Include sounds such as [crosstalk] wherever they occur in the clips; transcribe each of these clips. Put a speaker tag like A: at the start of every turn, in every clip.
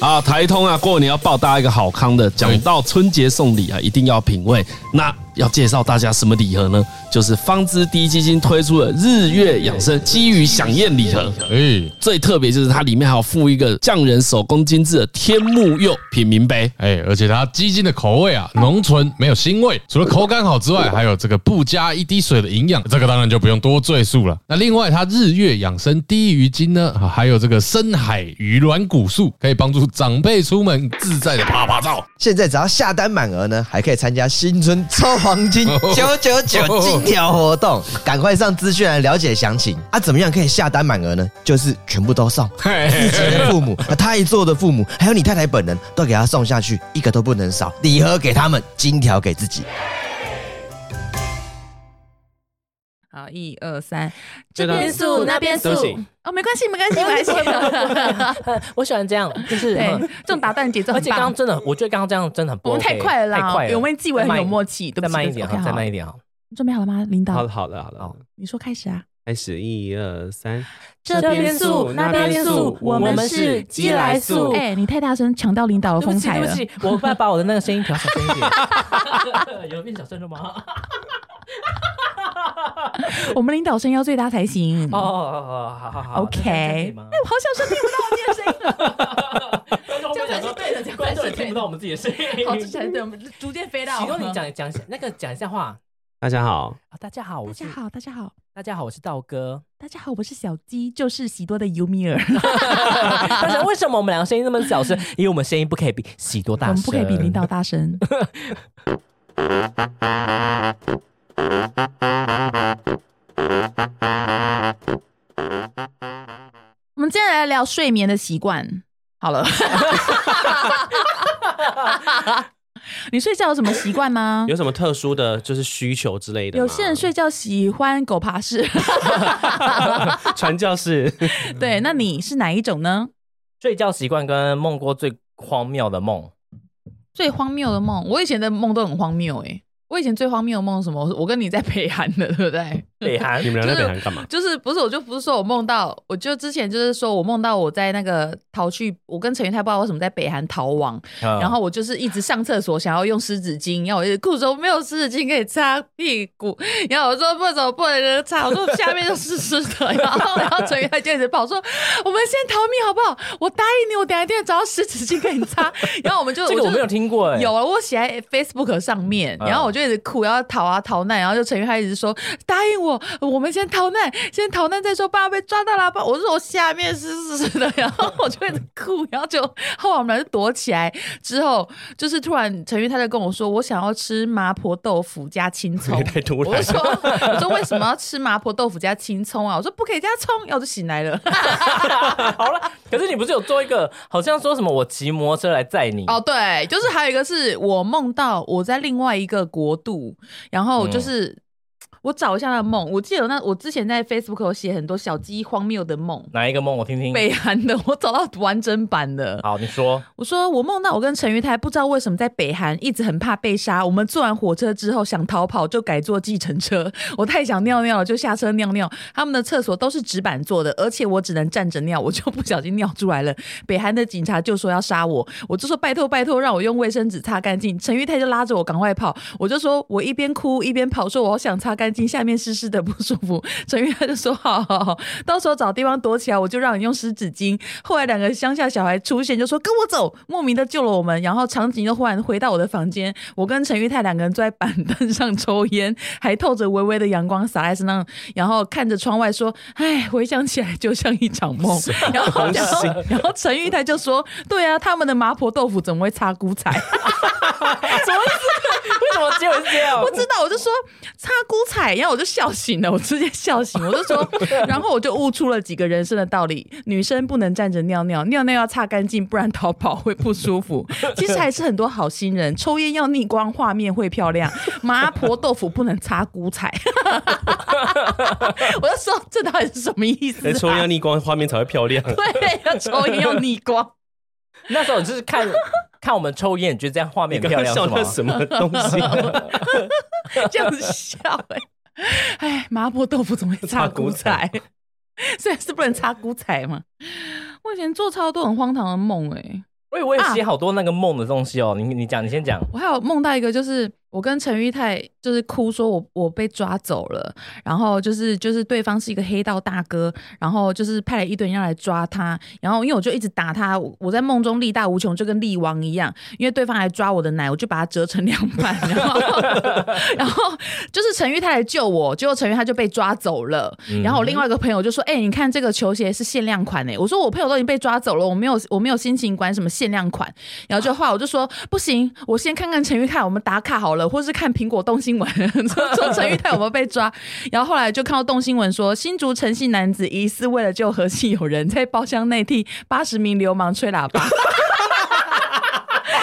A: 啊，台通啊，过年要报大家一个好康的。讲到春节送礼啊，一定要品味。那要介绍大家什么礼盒呢？就是方知第一基金推出的日月养生基于响宴礼盒。
B: 哎
A: 最特别就是它里面还有附一个匠人手工精致的天目釉品茗 [laughs] 杯。
B: 哎，而且它鸡精的口味啊，浓醇没有腥味，除了口感好之外，还有这个不加一滴水的营养，这个当然就不用多赘述了。那另外，它日月养生低鱼精呢，啊还有这个深海鱼软骨素，可以帮助长辈出门自在的啪啪照。
C: 现在只要下单满额呢，还可以参加新春抽黄金九九九金条活动，赶快上资讯来了解详情啊！怎么样可以下单满额呢？就是全部都送，自己的父母、啊他一做的父母，还有你太太本人都给他送下去，一个都不能少，礼盒给他们，金条给自己。
D: 好，一二三，
E: 这
D: 这
E: 边
D: 边
E: 素
D: 素
E: 那
D: 那
E: 边
D: 边
E: 素
D: 素
E: 都行
D: 哦，没关系，没关系，没关 [laughs] 系。
E: [laughs] 我喜欢这样，就是
D: 对
E: 嗯，
D: 这种打断节奏
E: 而
D: 很
E: 且刚刚
D: 棒。
E: 真的，我觉得刚刚这样真的很不
D: 我
E: OK，
D: 们太快了
E: 太
D: 啦
E: 快，了。
D: 我们自以为很有默
E: 契，
D: 契，对不
E: 再
D: 起。
E: 慢一点哈，
D: OK，
E: 再慢一点哈。
D: 你准备好了吗，领
F: 好
D: 导
F: 了？好了好了，
D: 你说开始啊。
F: 开始一二三，
E: 这边素那边素我们是鸡来素
D: 哎、你太大声，抢到领导的
E: 对不
D: 风
E: 起，
D: 采
E: 对
D: 了
E: 不。起，我爸把我的那个声音调小声一 [laughs] 点。有变小声了吗？
D: 我们领导声音要最大才行。
E: 哦哦哦，好好好
D: OK
E: 这样这样可以吗
D: 哎、我好想说听不到我自己的声音了。
E: 观众会
D: 这样
E: 想说
D: 才是对的这样才是
E: 观众也听不到我们自己的声
D: [laughs]
E: 音。
D: 好，这才对，我们逐渐飞到。
E: 请问你讲讲那个讲一下话。
F: 大家好，
D: 嗯
E: 啊大家好，
D: 大
E: 我是
D: 家好，大家好，
E: 大家好，我是道哥。
D: 大家好，我是小鸡，就是喜多的尤米尔。
E: 但是为什么我们两个声音那么小声？因为我们声音不可以比喜多
D: 我
E: 大声，
D: 们不可以比领导大声。我们接下来聊睡眠的习惯。好了，你睡觉有什么习惯吗？
F: 有什么特殊的就是需求之类的吗？
D: 有些人睡觉喜欢狗爬式，
F: [laughs] 传教士，
D: 对，那你是哪一种呢？
E: 睡觉习惯跟梦过最荒谬的梦。
D: 最荒谬的梦，我以前的梦都很荒谬诶、我以前最荒谬的梦是什么？我跟你在北韩的，对不对？
E: 北韩
F: 你们俩在北韩干嘛？
D: [laughs] 就是不是我就不是说我梦到，我就之前就是说我梦到我在那个逃去，我跟陈云泰不知道为什么在北韩逃亡，然
E: 然
D: 后我就是一直上厕所想要用湿纸巾，然后我就裤中没有湿纸巾可以擦屁股，然后我说不走不能擦，我说下面都湿湿的，然后然后陈云泰就一直跑说我们先逃命好不好？我答应你，我等一下一定找到湿纸巾给你擦，然后我们就
E: 这个
D: 就
E: 我没有听过哎，
D: 有啊，我写在 Facebook 上面，
E: 嗯
D: 然后我就一直哭，然后逃啊逃难，然后就陈玉还一直说答应我，我们先逃难，先逃难再说，不然被抓到了。不然我说我下面湿湿的，然后我就一直哭，然后就后来我们俩就躲起来。之后就是突然陈玉他就跟我说，我想要吃麻婆豆腐加青葱
F: 也。太突
D: 我
F: 然
D: 就，说，我说为什么要吃麻婆豆腐加青葱啊？我说不可以加葱，然后我就醒来了。
E: 好了，可是你不是有做一个，好像说什么我骑摩托车来载你
D: 哦，对，就是还有一个是我梦到我在另外一个国度，然后就是、我找一下那个梦，我记得那我之前在 Facebook 有写很多小鸡荒谬的梦，
E: 哪一个梦？我听听。
D: [laughs] 北韩的，我找到完整版的。
E: 好，你说
D: 我说我梦到我跟陈玉泰不知道为什么在北韩一直很怕被杀，我们坐完火车之后想逃跑就改坐计程车，我太想尿尿了就下车尿尿，他们的厕所都是纸板做的，而且我只能站着尿，我就不小心尿出来了。北韩的警察就说要杀我，我就说拜托拜托让我用卫生纸擦干净，陈玉泰就拉着我赶快跑，我就说我一边哭一边跑，说我好想擦干净，下面湿湿的不舒服，陈玉他就说：“好好好，到时候找地方躲起来，我就让你用湿纸巾。”后来两个乡下小孩出现，就说：“跟我走！”莫名的救了我们。然后场景又忽然回到我的房间，我跟陈玉泰两个人坐在板凳上抽烟，还透着微微的阳光洒在身上，然后看着窗外说：“唉，回想起来就像一场梦。”然后，然后，然后陈玉泰就说：“对啊，他们的麻婆豆腐怎么会擦菇菜？”
E: 什么意思？为什么结尾是这 [laughs] 样？
D: 不知道，我就说擦菇彩，然后我就笑醒了，我直接笑醒，我就说，然后我就悟出了几个人生的道理：女生不能站着尿尿，尿尿要擦干净，不然逃跑会不舒服。其实还是很多好心人，抽烟要逆光，画面会漂亮。麻婆豆腐不能擦菇彩，我就说这到底是什么意思、
F: 哎，抽
D: 啊
F: 烟？逆光画面才会
D: [laughs]
F: 漂亮。
D: 对，要抽烟要逆光。
E: 那时候你就是看看我们抽烟，你觉得这样画
F: 你
E: 面很
F: 刚
E: 漂
F: 刚
E: 亮
F: 笑
E: 是
F: 那
E: 吗？
F: 什么东西？
D: 这样子笑哎、哎，麻婆豆腐怎 [laughs] 么会擦菇菜？虽然是不能擦菇菜嘛，我以前做超多很荒唐的梦哎、
E: 我以为我也写好多那个梦的东西哦，你你讲，你先讲。
D: 我还有梦到一个，就是我跟陈玉泰就是哭说我我被抓走了，然后就是就是对方是一个黑道大哥，然后就是派了一堆人要来抓他，然后因为我就一直打他，我我在梦中力大无穷，就跟力王一样，因为对方来抓我的奶，我就把它折成两半，然后然后就是陈玉泰来救我，结果陈玉泰就被抓走了，然后我另外一个朋友就说，哎、你看这个球鞋是限量款哎、我说我朋友都已经被抓走了，我没有我没有心情管什么限量款，然后就话我就说不行，我先看看陈玉泰，我们打卡好了，或是看苹果动新闻， [laughs] 说说陈玉泰有没有被抓。然后后来就看到动新闻说，新竹诚信男子疑似为了救何姓友人，在包厢内替八十名流氓吹喇叭。 [laughs]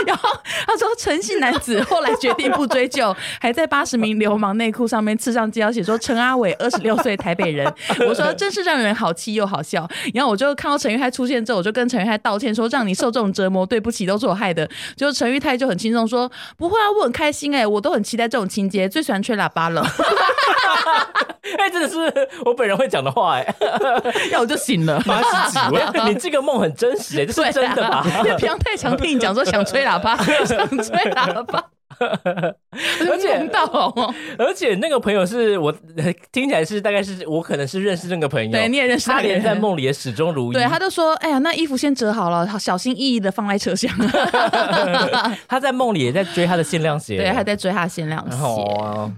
D: 然后他说，诚信男子 [laughs] 后来决定不追
E: [laughs]
D: 究，还在八十名流氓内裤上面刺上金标写说陈阿伟，二十六岁台北人。 [laughs] 我说真是让人好气又好笑。然后我就看到陈玉泰出现之后，我就跟陈玉泰道歉说，让你受这种折磨，对不起，都是我害的。就陈玉泰就很轻松说，不会啊，我很开心哎、我都很期待这种情节，最喜欢吹喇叭
E: [laughs]
D: 了。
E: 哎、真的是我本人会讲的话哎、 [laughs]
D: 然后我就醒了。
F: 八十几位，
E: 你这个梦很真实哎、这
D: 对
E: 是真的吧？
D: 啊，因为平常太常听你讲说想吹喇
E: [laughs]
D: 叭，想吹喇叭，而
E: 且
D: 到哦，
E: 而且那个朋友是我 [laughs] 听起来是大概是我可能是认识那个朋友，
D: 对，你也认识
E: 他连
D: 人
E: 在。梦里也始终如一。
D: 对，他就说：“哎呀，那衣服先折好了，好小心翼翼的放在车
F: [laughs]
D: 厢。
E: [laughs] 他在梦里也在追他的限量”鞋，
D: 对，还在追他的限量
E: 然后
D: 鞋。
E: 啊。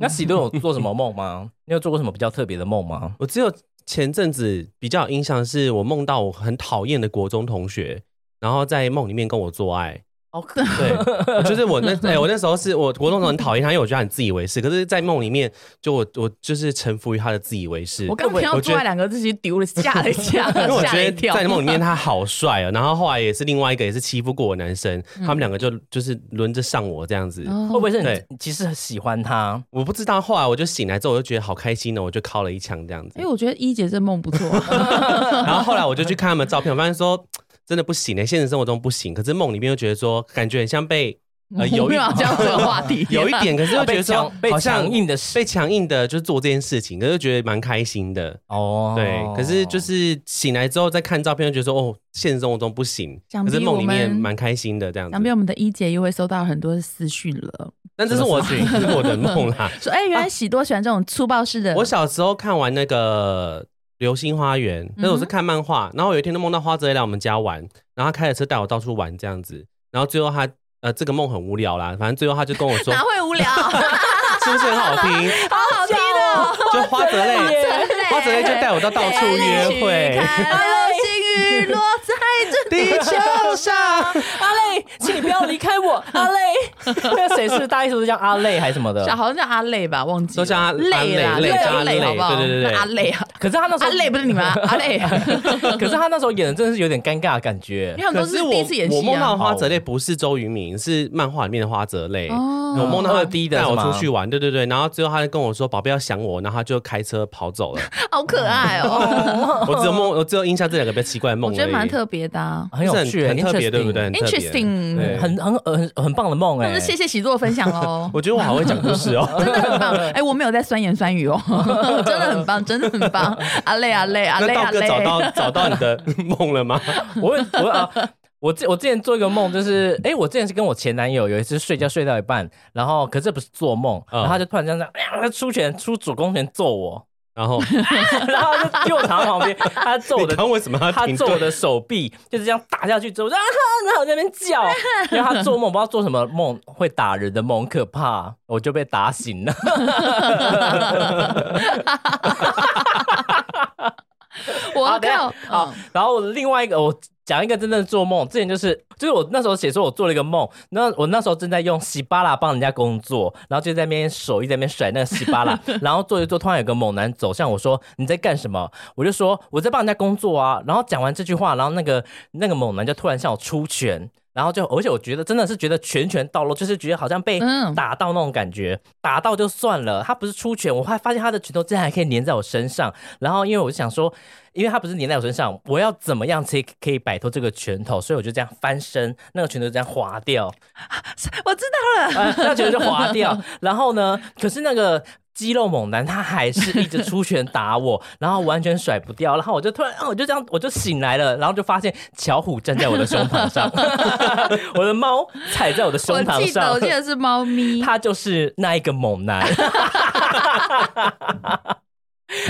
E: 那喜多有做什么梦吗？ [laughs] 你有做过什么比较特别的梦吗？
F: [laughs] 我只有前阵子比较有印象，是我梦到我很讨厌的国中同学，然后在梦里面跟我做爱。
E: 好可
F: 对， [laughs] 就是我那哎、我那时候是我国中时候很讨厌他，因为我觉得他很自以为是。可是，在梦里面，就我我就是臣服于他的自以为是。
D: 我刚听到“
F: 我
D: 做
F: 觉
D: 爱”
F: 得，
D: 两个字，其实丢了吓了一下，
F: [laughs] 因为我
D: 吓了
F: 觉
D: 一
F: 得
D: 跳。
F: 在梦里面他好帅哦、然后后来也是另外一个也是欺负过我的男生，他们两个就就是轮着上我这样子。
D: 嗯哦，
E: 会不会是
F: 对
E: 你其实很喜欢他？
F: 我不知道，后来我就醒来之后，我就觉得好开心哦，我就敲了一枪这样子
D: 哎，。我觉得一姐这梦不错，
F: 然后后来我就去看他们的照片，我发现说真的不行呢、现实生活中不行，可是梦里面又觉得说感觉很像被 [laughs] 呃有
D: 我没 [laughs]
F: 一
D: 有要这样子的话题，
F: [laughs] 有一
D: [laughs]
F: 点，可是又觉
E: 被
F: 得说
E: 强被
F: 好像
E: 强硬的事
F: 被强硬的就是做这件事情，可是觉得蛮开心的。
E: 哦
F: 对，可是就是醒来之后再看照片，就觉得说哦，现实生活中不行，
D: 想
F: 可是
D: 必
F: 梦
D: 我
F: 里面
D: 们
F: 蛮开心的这样子
D: 想。必我们的一姐又会收到很多的私讯了，
F: 但这是我
E: [laughs] 什么
F: 这是我的梦 [laughs]
E: 啊
F: 啦。
D: 说：“哎，原来喜多喜欢这种粗暴式的。”
F: 我小时候看完那个《流星花园》，但是
E: 嗯
F: 我是看漫画，然后有一天就梦到花泽类来我们家玩，然后他开着车带我到处玩这样子，然后最后他呃这个梦很无聊啦，反正最后他就跟我说
D: 哪会
F: [laughs]
D: 无聊？
F: 是不是很好听？
D: 好好听哦！
F: 就花泽类，花泽类就带我到到处约会，
D: 哎
E: [laughs]
D: 看流星雨落在这
F: 地球上。
E: [laughs] 阿累，请你不要离开
F: [laughs]
E: 我，阿累。那个谁是大一是不是叫阿累还是什么的？
D: 好像叫阿累吧，忘记了
F: 都叫阿
D: 累啦，
F: 阿累
D: 就叫
F: 叫阿
D: 累
F: 累
D: 好不好？
F: 对对对对
D: 那阿累啊，
E: 可是他那时
D: 阿
E: 候
D: 累不是你们
F: [laughs]
D: 啊，阿累啊，
E: [laughs] 可是他那时候演的真的是有点尴尬的感觉
D: 因为。他们
F: 可
D: 都是
F: 我
D: 第一次演
F: 我
D: 戏
F: 梦到
D: 啊
F: 的。花泽类不是周渝民，是漫画里面的花泽类。
D: 哦
F: 我梦到
E: 二
F: 他
E: D 的
F: 带
E: 是
F: 我
E: 吗
F: 出去玩，对对对，然后最后他就跟我说：“宝贝要想我。”然后他就开车跑走了。
D: 好可爱
F: [laughs]
D: 哦，
F: 我只有梦，我只有印象这两个比较奇怪的
D: 我
F: 梦而已。
D: 觉得蛮特别的啊
E: 很
F: 就
E: 有
F: 是很
E: 趣，欸
F: 很特别，
E: interesting 嗯
F: 对不对？很特别
D: ，interesting。
F: 对，
E: 很很很很棒的梦哎、
D: 那就谢谢喜多的分享喽
F: 我觉得我好会讲故
D: [laughs]
F: 事哦。
D: 真的很
F: [laughs]
D: 棒。哎，我没有在酸言酸语哦，真的很棒，真的很棒。阿累阿累阿
F: 那
D: 累
F: 道
D: 阿
F: 哥
D: 累，
F: 找到找到你
D: [laughs]
F: 的梦了吗？
E: 我我啊，我之我之前做一个梦，就是哎、我之前是跟我前男友有一次睡觉睡到一半，然后可是这不是做梦，
F: 嗯
E: 然后他就突然这样这样，他出拳出主攻拳揍我， [laughs]
F: 然后
E: 然后他就就我躺在旁边，他揍
F: 你
E: 我
F: 刚
E: 的。
F: 刚为什么要
E: 他
F: 停
E: 揍我
F: 顿？
E: 的手臂，就是这样打下去之后，我就啊，然后我在那边叫，因为他做梦不知道做什么梦会打人的梦，很可怕，我就被打醒了。
D: 我
E: 好等一下
D: 靠，
E: 好
D: 嗯
E: 然后另外一个我。讲一个真正的做梦，之前就是就是我那时候写说，我做了一个梦，那我那时候正在用洗巴拉帮人家工作，然后就在那边手一直在那边甩那个洗巴拉，然后做一做，突然有个猛男走向我说你在干什么？我就说我在帮人家工作啊。然后讲完这句话，然后那个那个猛男就突然向我出拳，然后就而且我觉得真的是觉得拳拳到肉，就是觉得好像被
D: 嗯
E: 打到那种感觉，打到就算了，他不是出拳，我还发现他的拳头竟然还可以粘在我身上。然后因为我就想说，因为他不是粘在我身上，我要怎么样才可以 [laughs] 摆脱这个拳头？所以我就这样翻身，那个拳头就这样滑掉，
D: 我知道了。
E: 呃、那个拳头就滑掉。然后呢，可是那个。肌肉猛男，他还是一直出拳打我，然后完全甩不掉，然后我就突然，啊，我就这样，我就醒来了，然后就发现巧虎站在我的胸膛上， [laughs] 我的猫踩在我的胸
D: 我
E: 膛
D: 记得，
E: 上
D: 我，记得是猫咪。
E: 他就是那一个猛男。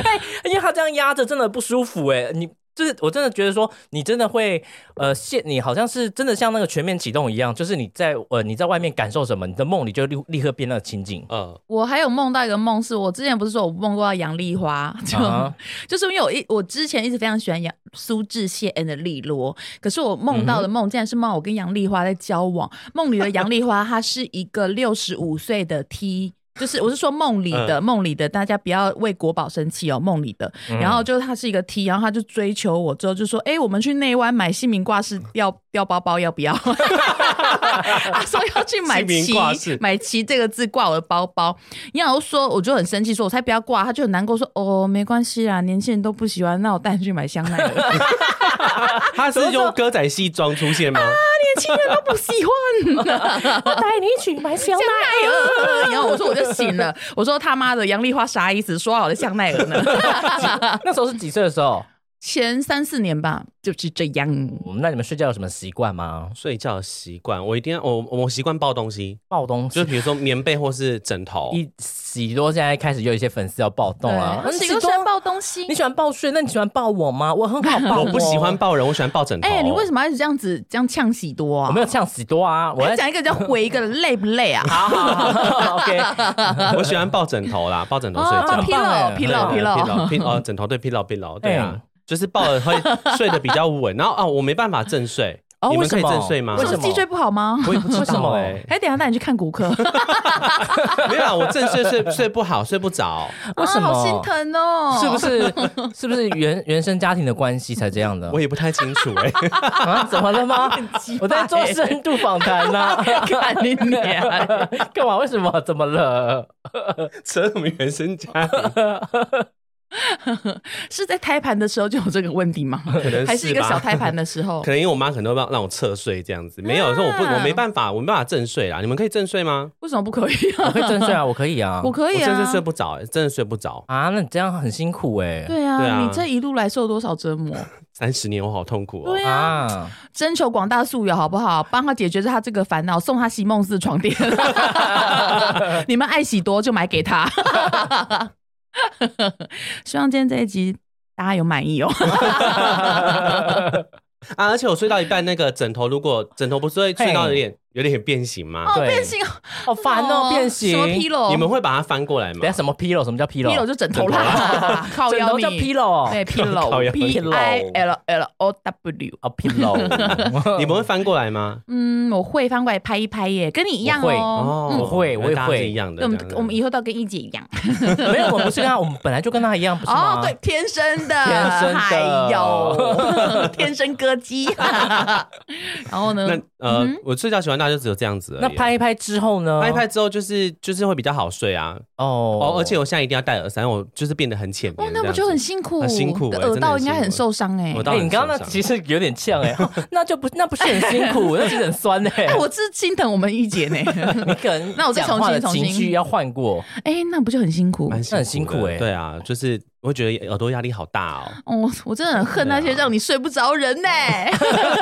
E: 哎，因为他这样压着真的不舒服哎、你就是我真的觉得说你真的会呃现你好像是真的像那个全面启动一样，就是你在呃你在外面感受什么，你的梦里就立立刻变那个情景。
F: 嗯，
D: 我还有梦到一个梦，是我之前不是说我梦过到杨丽花， [laughs] 就、
E: 啊
D: 就是因为我一我之前一直非常喜欢杨苏志燮 and 丽罗，可是我梦到的梦竟然是梦到我跟杨丽花在交往，梦里的杨丽花她是一个六十五岁的 T。就是我是说梦里的梦里的，大家不要为国宝生气哦，梦里的。然后就他是一个 T，然后他就追求我之后就说：“哎、我们去内湾买姓名挂饰，要要包包要 [laughs] 不要？”他说要去买
F: 姓名挂
D: 旗
F: 饰，
D: 买旗这个字挂我的包包。然后说，我就很生气，说我才不要挂，他就很难过说：“哦，没关系啦，年轻人都不喜欢，那我带你去买香奈儿。
F: 他是用歌仔戏装出现吗？
D: [laughs] 年轻人都不喜欢，我带你去买香奈儿。”然后我说我就醒了，我说他妈的杨丽花啥意思？说好的香奈儿呢？
E: 那时候是几岁的时候？
D: [laughs] 前三四年吧，就是这样。
E: 嗯那你们睡觉有什么习惯吗？
F: 睡觉习惯，我一定要我我习惯抱东西，
E: 抱东
F: 就
E: 西。
F: 比如说棉被或是枕头。
E: 一喜多现在开始有一些粉丝要暴动了、啊，
D: 对喜多喜欢抱东西
E: 你喜欢抱睡，那你喜欢抱我吗？我很好抱，
F: 我不喜欢
E: 抱，
F: 抱人，我喜欢抱枕头。
D: 哦哎、你为什么要一直这样子这样呛喜多啊？
E: 我没有呛喜多啊，我在
D: 讲一个叫回一个累不累啊？
E: [laughs] 好好好，OK，
F: [laughs] 我喜欢抱枕头啦，抱枕头睡
D: 哦
F: 觉。
E: 很棒哎
D: 披露
F: 对
D: 披露披露。
F: 披哦，枕头对披露披露，对啊
E: 嗯，
F: 就是抱了会睡得比较稳。然后啊，我没办法正睡，
E: 哦
F: 你
E: 为
F: 们
E: 什
F: 可以
E: 么
F: 正睡吗？
E: 为
D: 是
E: 什
D: 不
E: 么
D: 是脊椎不好吗？
F: 我也不知
E: 为什
F: 道
E: 么
F: 哎，
D: 哎，等一下带你去看骨 [laughs] 科，
F: 没有啦，我正睡睡 [laughs] 睡不好，睡不着。
E: 为什么？
D: 啊好心疼哦？
E: 是不？是是不是原原生家庭的关系才这样的
F: 我？也不太清楚哎，
E: 啊，怎么
D: [laughs]
E: 了吗？我在做
D: 欸
E: 深度访谈呢，
D: [laughs] 看你娘！
E: 干嘛？为什么？怎么了？
F: [laughs] 扯什么原生家庭？
D: 是在胎盘的时候就有这个问题吗？
F: 可能
D: 还是一个
F: 吧
D: 小胎盘的时候
F: [laughs] 可？能因为我妈可能会让让我侧睡这样子，没有，说我不我没办法，我没办法正睡啦。你们可以正睡吗？
D: 为什么不可以
E: 我
D: 啊？
E: 可以正睡啊，我可以啊
D: 我，可以
F: 我真
D: 啊
F: 是，睡不着，哎真的睡不着。
E: 啊，那你这样很辛苦哎，
D: 对
F: 对啊
D: 啊，你这一路来受多少折磨？
F: 三十年我好痛苦哦
D: 对。啊，
E: 啊，
D: 征求广大宿友好不好？帮他解决他这个烦恼，送他席梦思床垫。你们爱喜多就买给他。希望今天这一集大家有满意哦。
F: 啊，而且我睡到一半，那个枕头如果枕头不是会睡到有点有点变形吗？
D: 哦，
E: [laughs] 对
D: 变 [laughs] 形哦
E: 好烦哦，变
D: 什么
E: 形。
D: pillow？
F: 你们会把它翻过来吗
E: 等一下？什么 pillow？什么叫
D: pillow
E: pillow？
D: 就枕头啦， [laughs] 靠
E: 枕
D: 腰
E: 头
D: 你
E: 叫 pillow 哦
D: 对
F: 靠腰
D: pillow p
F: 你
D: i l l o w。
E: 啊
F: [laughs]
E: pillow，
F: 你们会翻过来吗？
D: 嗯，我会翻过来拍一拍耶，跟你一样
E: 我会
D: 哦。
F: 哦
E: 我会我也
F: 大家是
E: 会
F: 一样的。
D: 对，我
F: 这
D: 们
F: 样
D: 我们以后都要跟一姐一样。
E: 没有，我们不是跟他，我们本来就跟他一样，不是
D: 哦，
E: 吗？
D: 对，，天生的，
E: 天生的
D: 哎 [laughs] 呦，天生歌姬。然后呢
F: 那？呃，我睡觉习惯大概就只有这样子而已。啊
E: 那拍一拍之后呢？
F: 拍一拍之后，就是就是会比较好睡啊。
E: 哦
F: 哦，而且我现在一定要戴耳塞，我就是变得很浅
D: 哇
F: 眠，这样子。
D: 哦那不就很辛苦？
F: 很辛苦哎
D: 耳道应该
F: 真的很辛苦
D: 很受伤哎
F: 我。
E: 哎、
F: 到
E: 你刚刚那其实有点呛哎、哦那就不那不是很辛
D: [laughs]
E: 苦，那其实很酸哎、
D: 哎，我是心疼我们一姐呢。
F: [laughs]
E: 你可能
D: 那我再重新
E: 讲话的
D: 重新
E: 情绪要换过，
D: 哎，那不就很辛苦？
F: 蛮
E: 那很辛
F: 辛苦
E: 苦
F: 哎、
E: 欸
F: 对啊，就是我会觉得耳朵压力好大哦。 [laughs]
D: 哦，我真的很恨那些让你睡不着人呢、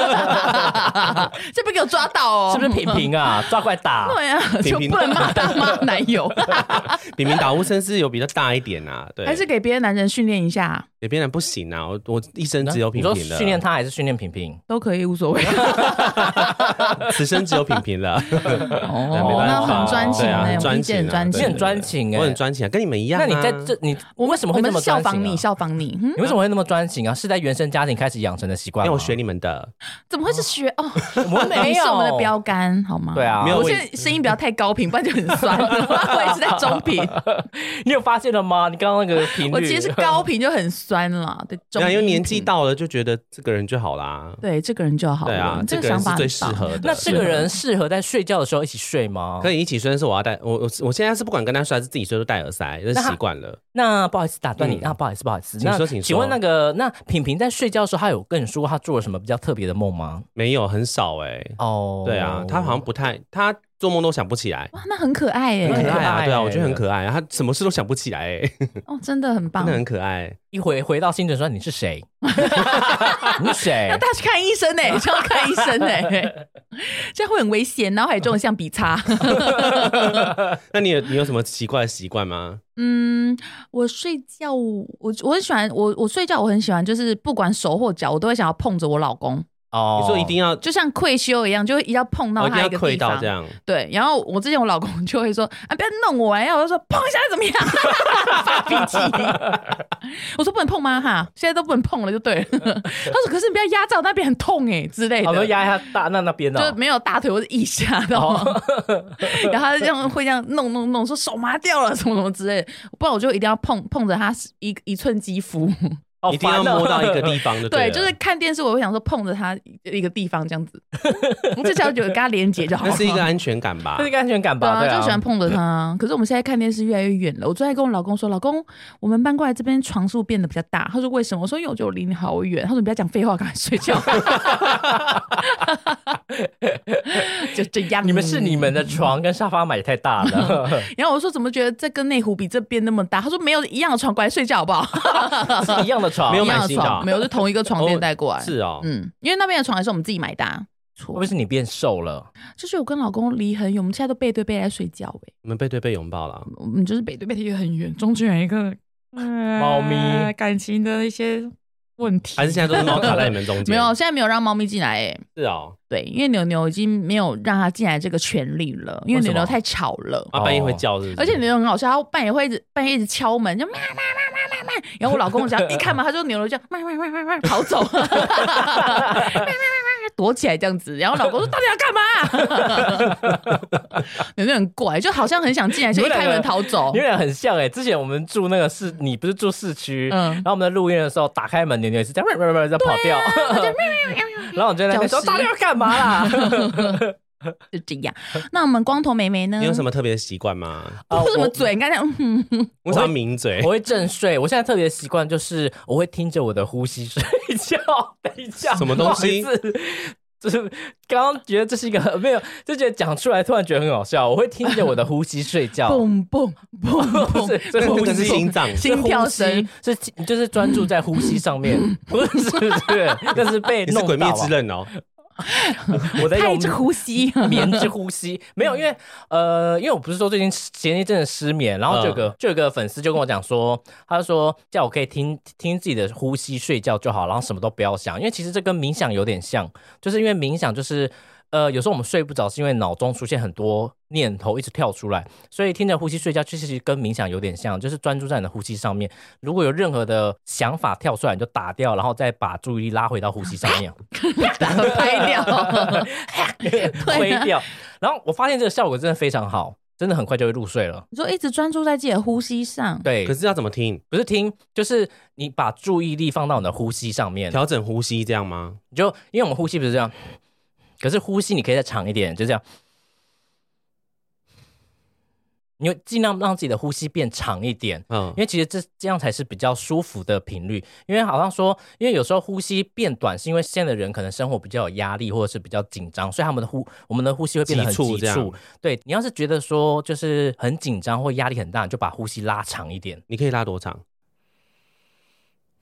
F: 啊
D: 这被给我抓到哦，
E: 是不是平？
D: [laughs]
E: 平啊？抓过来打，
D: 对啊，就
F: 平平
D: 不能骂大妈男友，
F: 比明打呼声是有比较大一点啊，对，
D: 还是给别的男人训练一下
F: 也变得不行啊。我我一生只有
E: 你
F: 平
E: 说
F: 平了，
E: 训练他还是训练平平？
D: 都可以，无所谓。
F: [laughs] 此生只有平平了。没
D: 哦
F: 办
D: 那
F: 法
D: 很专情欸
F: 对啊
D: 呢、我
F: 很
D: 们一
F: 专
D: 姐很
F: 情啊
D: 专
E: 你
D: 情
E: 很。专情哎、
F: 我很专情啊，跟你们一样、
E: 那
F: 啊。
E: 你在这，你我为什么
D: 我
E: 会这
D: 们
E: 么
D: 是效
E: 专情、啊？
D: 仿你，效仿你，嗯，
E: 你为什么会那么专情啊？是在原生家庭开始养成的习惯
F: 因
E: 吗？
F: 为我学你们的，
D: 怎么会是学哦？
E: 我没有
D: 你是我们的标杆，好吗？
E: 对啊，
F: 没有
D: 我现在声音不要太高频，不然就很酸。我也是在中
F: [laughs]
D: 频，
E: 你有发现了吗？你刚刚那个频率，
D: 我其实是高频就很酸了。
F: [laughs]
D: 对，中
F: 然后因为
D: 音
F: 啊年纪
D: 频
F: 到了就觉得这个人就好啦。
D: 对，这个人就好了。
F: 对啊，
D: 你
F: 这
D: 这
F: 个
D: 想
F: 人是
D: 法
F: 最
D: 很
F: 适
D: 棒
F: 合的。
E: 那这个人适合在睡觉的时候一起睡吗？
F: 可
E: 以。
F: 以一起睡，但是我要戴我我我现在是不管跟他睡还是自己睡都戴耳塞，这
E: 那他
F: 习惯了。
E: 那不好意思打断你，
F: 嗯
E: 啊，不好意思，不好意思。
F: 请
E: 那
F: 说请说
E: 请问那个那品品在睡觉的时候，他有跟你说过他做了什么比较特别的梦吗？
F: 没有，很少哎。
E: 哦
F: 对啊，他好像不太，他做梦都想不起来，
D: 哇，那很可爱耶、
E: 很
F: 很可
E: 可
F: 爱啊，
E: 爱
F: 对啊，
E: 欸
F: 我觉得很可爱啊，他什么事都想不起来哎，
D: 哦，真的很棒
F: 真的。很可爱。
E: 一回回到星辰说你
F: [laughs]
E: 是谁？你是谁
D: 要？带去看医生呢、就要看医生呢、
F: [laughs]
D: 这样会很危险，脑海中像笔擦。
F: 那你有你有什么奇怪的习惯吗？
D: [laughs] 嗯，我睡觉，我我很喜欢，我我睡觉我很喜欢，就是不管手或脚，我都会想要碰着我老公，
E: 哦
F: 你说一定要，
D: 就像愧羞一样，就会一定要碰
F: 哦
D: 到
F: 一定
D: 他
F: 要
D: 一个
F: 跪
D: 地
F: 到
D: 方。
F: 这样，
D: 对，然后我之前我老公就会说啊，不要弄我呀，我就说碰一下怎么样， [laughs] 发脾气。我说不能碰吗？哈，现在都不能碰了，就对了。他说可是你不要压到那边很痛哎、之类
E: 好
D: 的。
E: 多压一下大那那边哦
D: 就
E: 的。
D: 没有大腿，我是腋下，知道吗？
F: 哦
D: [laughs] 然后他就这样会这样弄弄弄，说手麻掉了，什么什么之类的。不然我就一定要碰碰着他一一寸肌肤。
E: 哦
F: 一定要摸到一个。啊
E: [laughs] 烦哦
F: 地方就
D: 对，
F: 了
D: 就是看电视，我会想说碰着他一个地方这样子，我至少有跟他连接就好
F: 那
D: 了。
F: 是一个安全感吧
E: [laughs] 这是？一个安全感
D: 对
E: 吧？
D: 啊，
E: 对啊，
D: 就喜欢碰着他。可是我们现在看电视越来越远了。我昨天跟我老公说，老公，我们搬过来这边床数变得比较大。他说为什么？我说因为我觉得我离你好远。他说你不要讲废话，赶快睡觉。就这样，
E: [laughs] 你们是你们的床跟沙发买太大
F: [laughs]
E: 了，
D: 然后我说怎么觉得这跟内湖比这边那么大？他说没有一样的床，过来睡觉好不好？
E: 是一样的床，哦
F: 没有
D: 一样
F: 买
D: 的
F: 新
D: [laughs]
F: 的啊
D: 床，没有就同一个床垫带过来。
F: 是哦，
D: 嗯，因为那边的床还是我们自己买的、啊。
E: 会不
D: 错
E: 会，是你变瘦了？
D: 就是我跟老公离很远，我们现在都背对背来睡觉、欸，
F: 你们背对背拥抱了，
D: 我们就是背对背离很远，中间有一个
E: 猫咪
D: 感情的一些问题，
F: 还是现在都是猫卡在你们中间？
D: 没有，现在没有让猫咪进来、欸，
F: 是哦，
D: 对，因为牛牛已经没有让它进来这个权利了，因为
E: 为什
D: 牛
E: 么
D: 牛太吵了。
F: 啊，半夜会叫是不是？
D: 而且牛牛很好笑，它半夜会一直半夜一直敲门，就喵喵喵喵喵喵。然后我老公只要一开门，他就牛牛就喵喵喵喵喵跑走，喵喵喵喵喵躲起来这样子。然后老公说：“到底要干嘛？”牛牛很怪，就好像很想进来，就一开门逃走
F: 哦
E: 你。们俩很像哎、之前我们住那个市，你不是住市区，
D: 嗯
E: 然后我们在录音的时候打开门，牛牛也是这样，喵喵喵喵在跑掉， [laughs]
D: 啊
E: 然后我就
D: [laughs]
E: 在那边
D: 消
E: 说
D: 失
E: 到底要干嘛
D: [laughs]
E: 啦？
D: 就这样。那我们光头妹妹呢？
F: 你有
D: [laughs]
F: 什么特哦别的习惯吗？
D: 我？
E: 啊
D: 为什么
E: 我
D: 嘴？你刚才嗯，
F: 为什么要抿嘴
E: 我？会正睡，我现在特别习惯就是我会听着我的呼吸 [laughs] 睡觉。等一下，
F: 什么东西
E: 不好意思？就是刚刚觉得这是一个没有，就觉得讲出来突然觉得很好笑。我会听着我的呼吸
D: [laughs]
E: 睡
F: 哦
E: 觉，
D: 蹦蹦蹦蹦
E: [laughs] 不是，，这
F: 那
E: 呼
F: 个是
E: 吸
F: 心
E: [laughs]
F: 脏，
E: 是
D: 心跳
E: 呼吸
D: 声。
E: 是你就是专注在呼吸
D: [laughs]
E: 上面，不是 [laughs] 不是，那是被
F: 你是
E: 弄
F: 鬼灭
E: 到
F: 之
E: 啊
F: 刃哦，
E: 我在
D: 太
E: 用
D: 着呼吸，
E: [laughs] 棉之呼吸，没有，因为呃，因为我不是说最近前一阵子失眠，然后就有个、就有个粉丝就跟我讲说，他就说叫我可以听听自己的呼吸睡觉就好，然后什么都不要想，因为其实这跟冥想有点像，就是因为冥想就是。呃，有时候我们睡不着，是因为脑中出现很多念头一直跳出来，所以听着呼吸睡觉，其实跟冥想有点像，就是专注在你的呼吸上面。如果有任何的想法跳出来，你就打掉，然后再把注意力拉回到呼吸上面。
D: 拍 [laughs] 掉，
F: [laughs]
E: 推掉。 [laughs] 然后我发现这个效果真的非常好，真的很快就会入睡了。
D: 你说一直专注在自己的呼吸上，
E: [laughs]
F: 嗯
E: 对，
F: 可是要怎么听？
E: 不是听，就是你把注意力放到你的呼吸上面，
F: 调整呼吸这样吗？
E: 你就因为我们呼吸不是这样，可是呼吸你可以再长一点，就这样。你就尽量让自己的呼吸变长一点，
F: 嗯
E: 因，为其实这这样才是比较舒服的频率。因为好像说，因为有时候呼吸变短，是因为现在的人可能生活比较有压力，或者是比较紧张，所以他们的呼我们的呼吸会变得很
F: 急促
E: 急
F: 这样
E: 促。对你要是觉得说就是很紧张或压力很大，你就把呼吸拉长一点，
F: 你可以拉多长？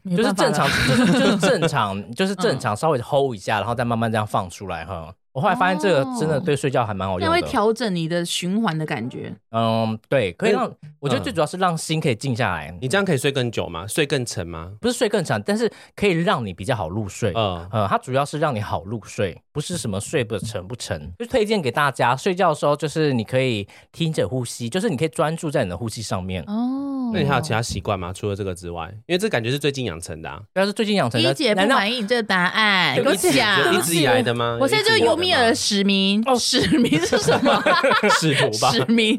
D: 没
E: 就是
D: 办法
E: 正
D: 了嗯
E: 常，就
D: [laughs]
E: 是就是正常，就是正常，稍微 hold 一下，然后再慢慢这样放出来哈。我后来发现这个真的对睡觉还蛮好
D: 这样哦
E: 用
D: 会
E: 的，
D: 调整你的循环的感觉。
E: 嗯，对，可以让我觉得
F: 嗯
E: 最主要是让心可以静下来，
F: 你这样可以睡更久吗？睡更沉吗？
E: 不是睡更长，但是可以让你比较好入睡。
F: 嗯，
E: 呃，它主要是让你好入睡，不是什么睡
D: 嗯
E: 不沉不沉，就推荐给大家。睡觉的时候，就是你可以听着呼吸，就是你可以专注在你的呼吸上面。
D: 哦，
F: 那你还有其他习惯吗？除了这个之外，因为这感觉是最近养成的啊，
E: 但是最近养成
D: 一
E: 的，
D: 姐不
E: 难道
D: 满意你这个答案，
F: 就
D: 跟我
F: 一直就一
D: 讲。
F: 直以来的
E: [laughs]
F: 吗？
D: 我现在就是尤米尔的史名，哦，史名是什么？
F: [laughs] 试图吧。
D: 史
F: [laughs]
D: 名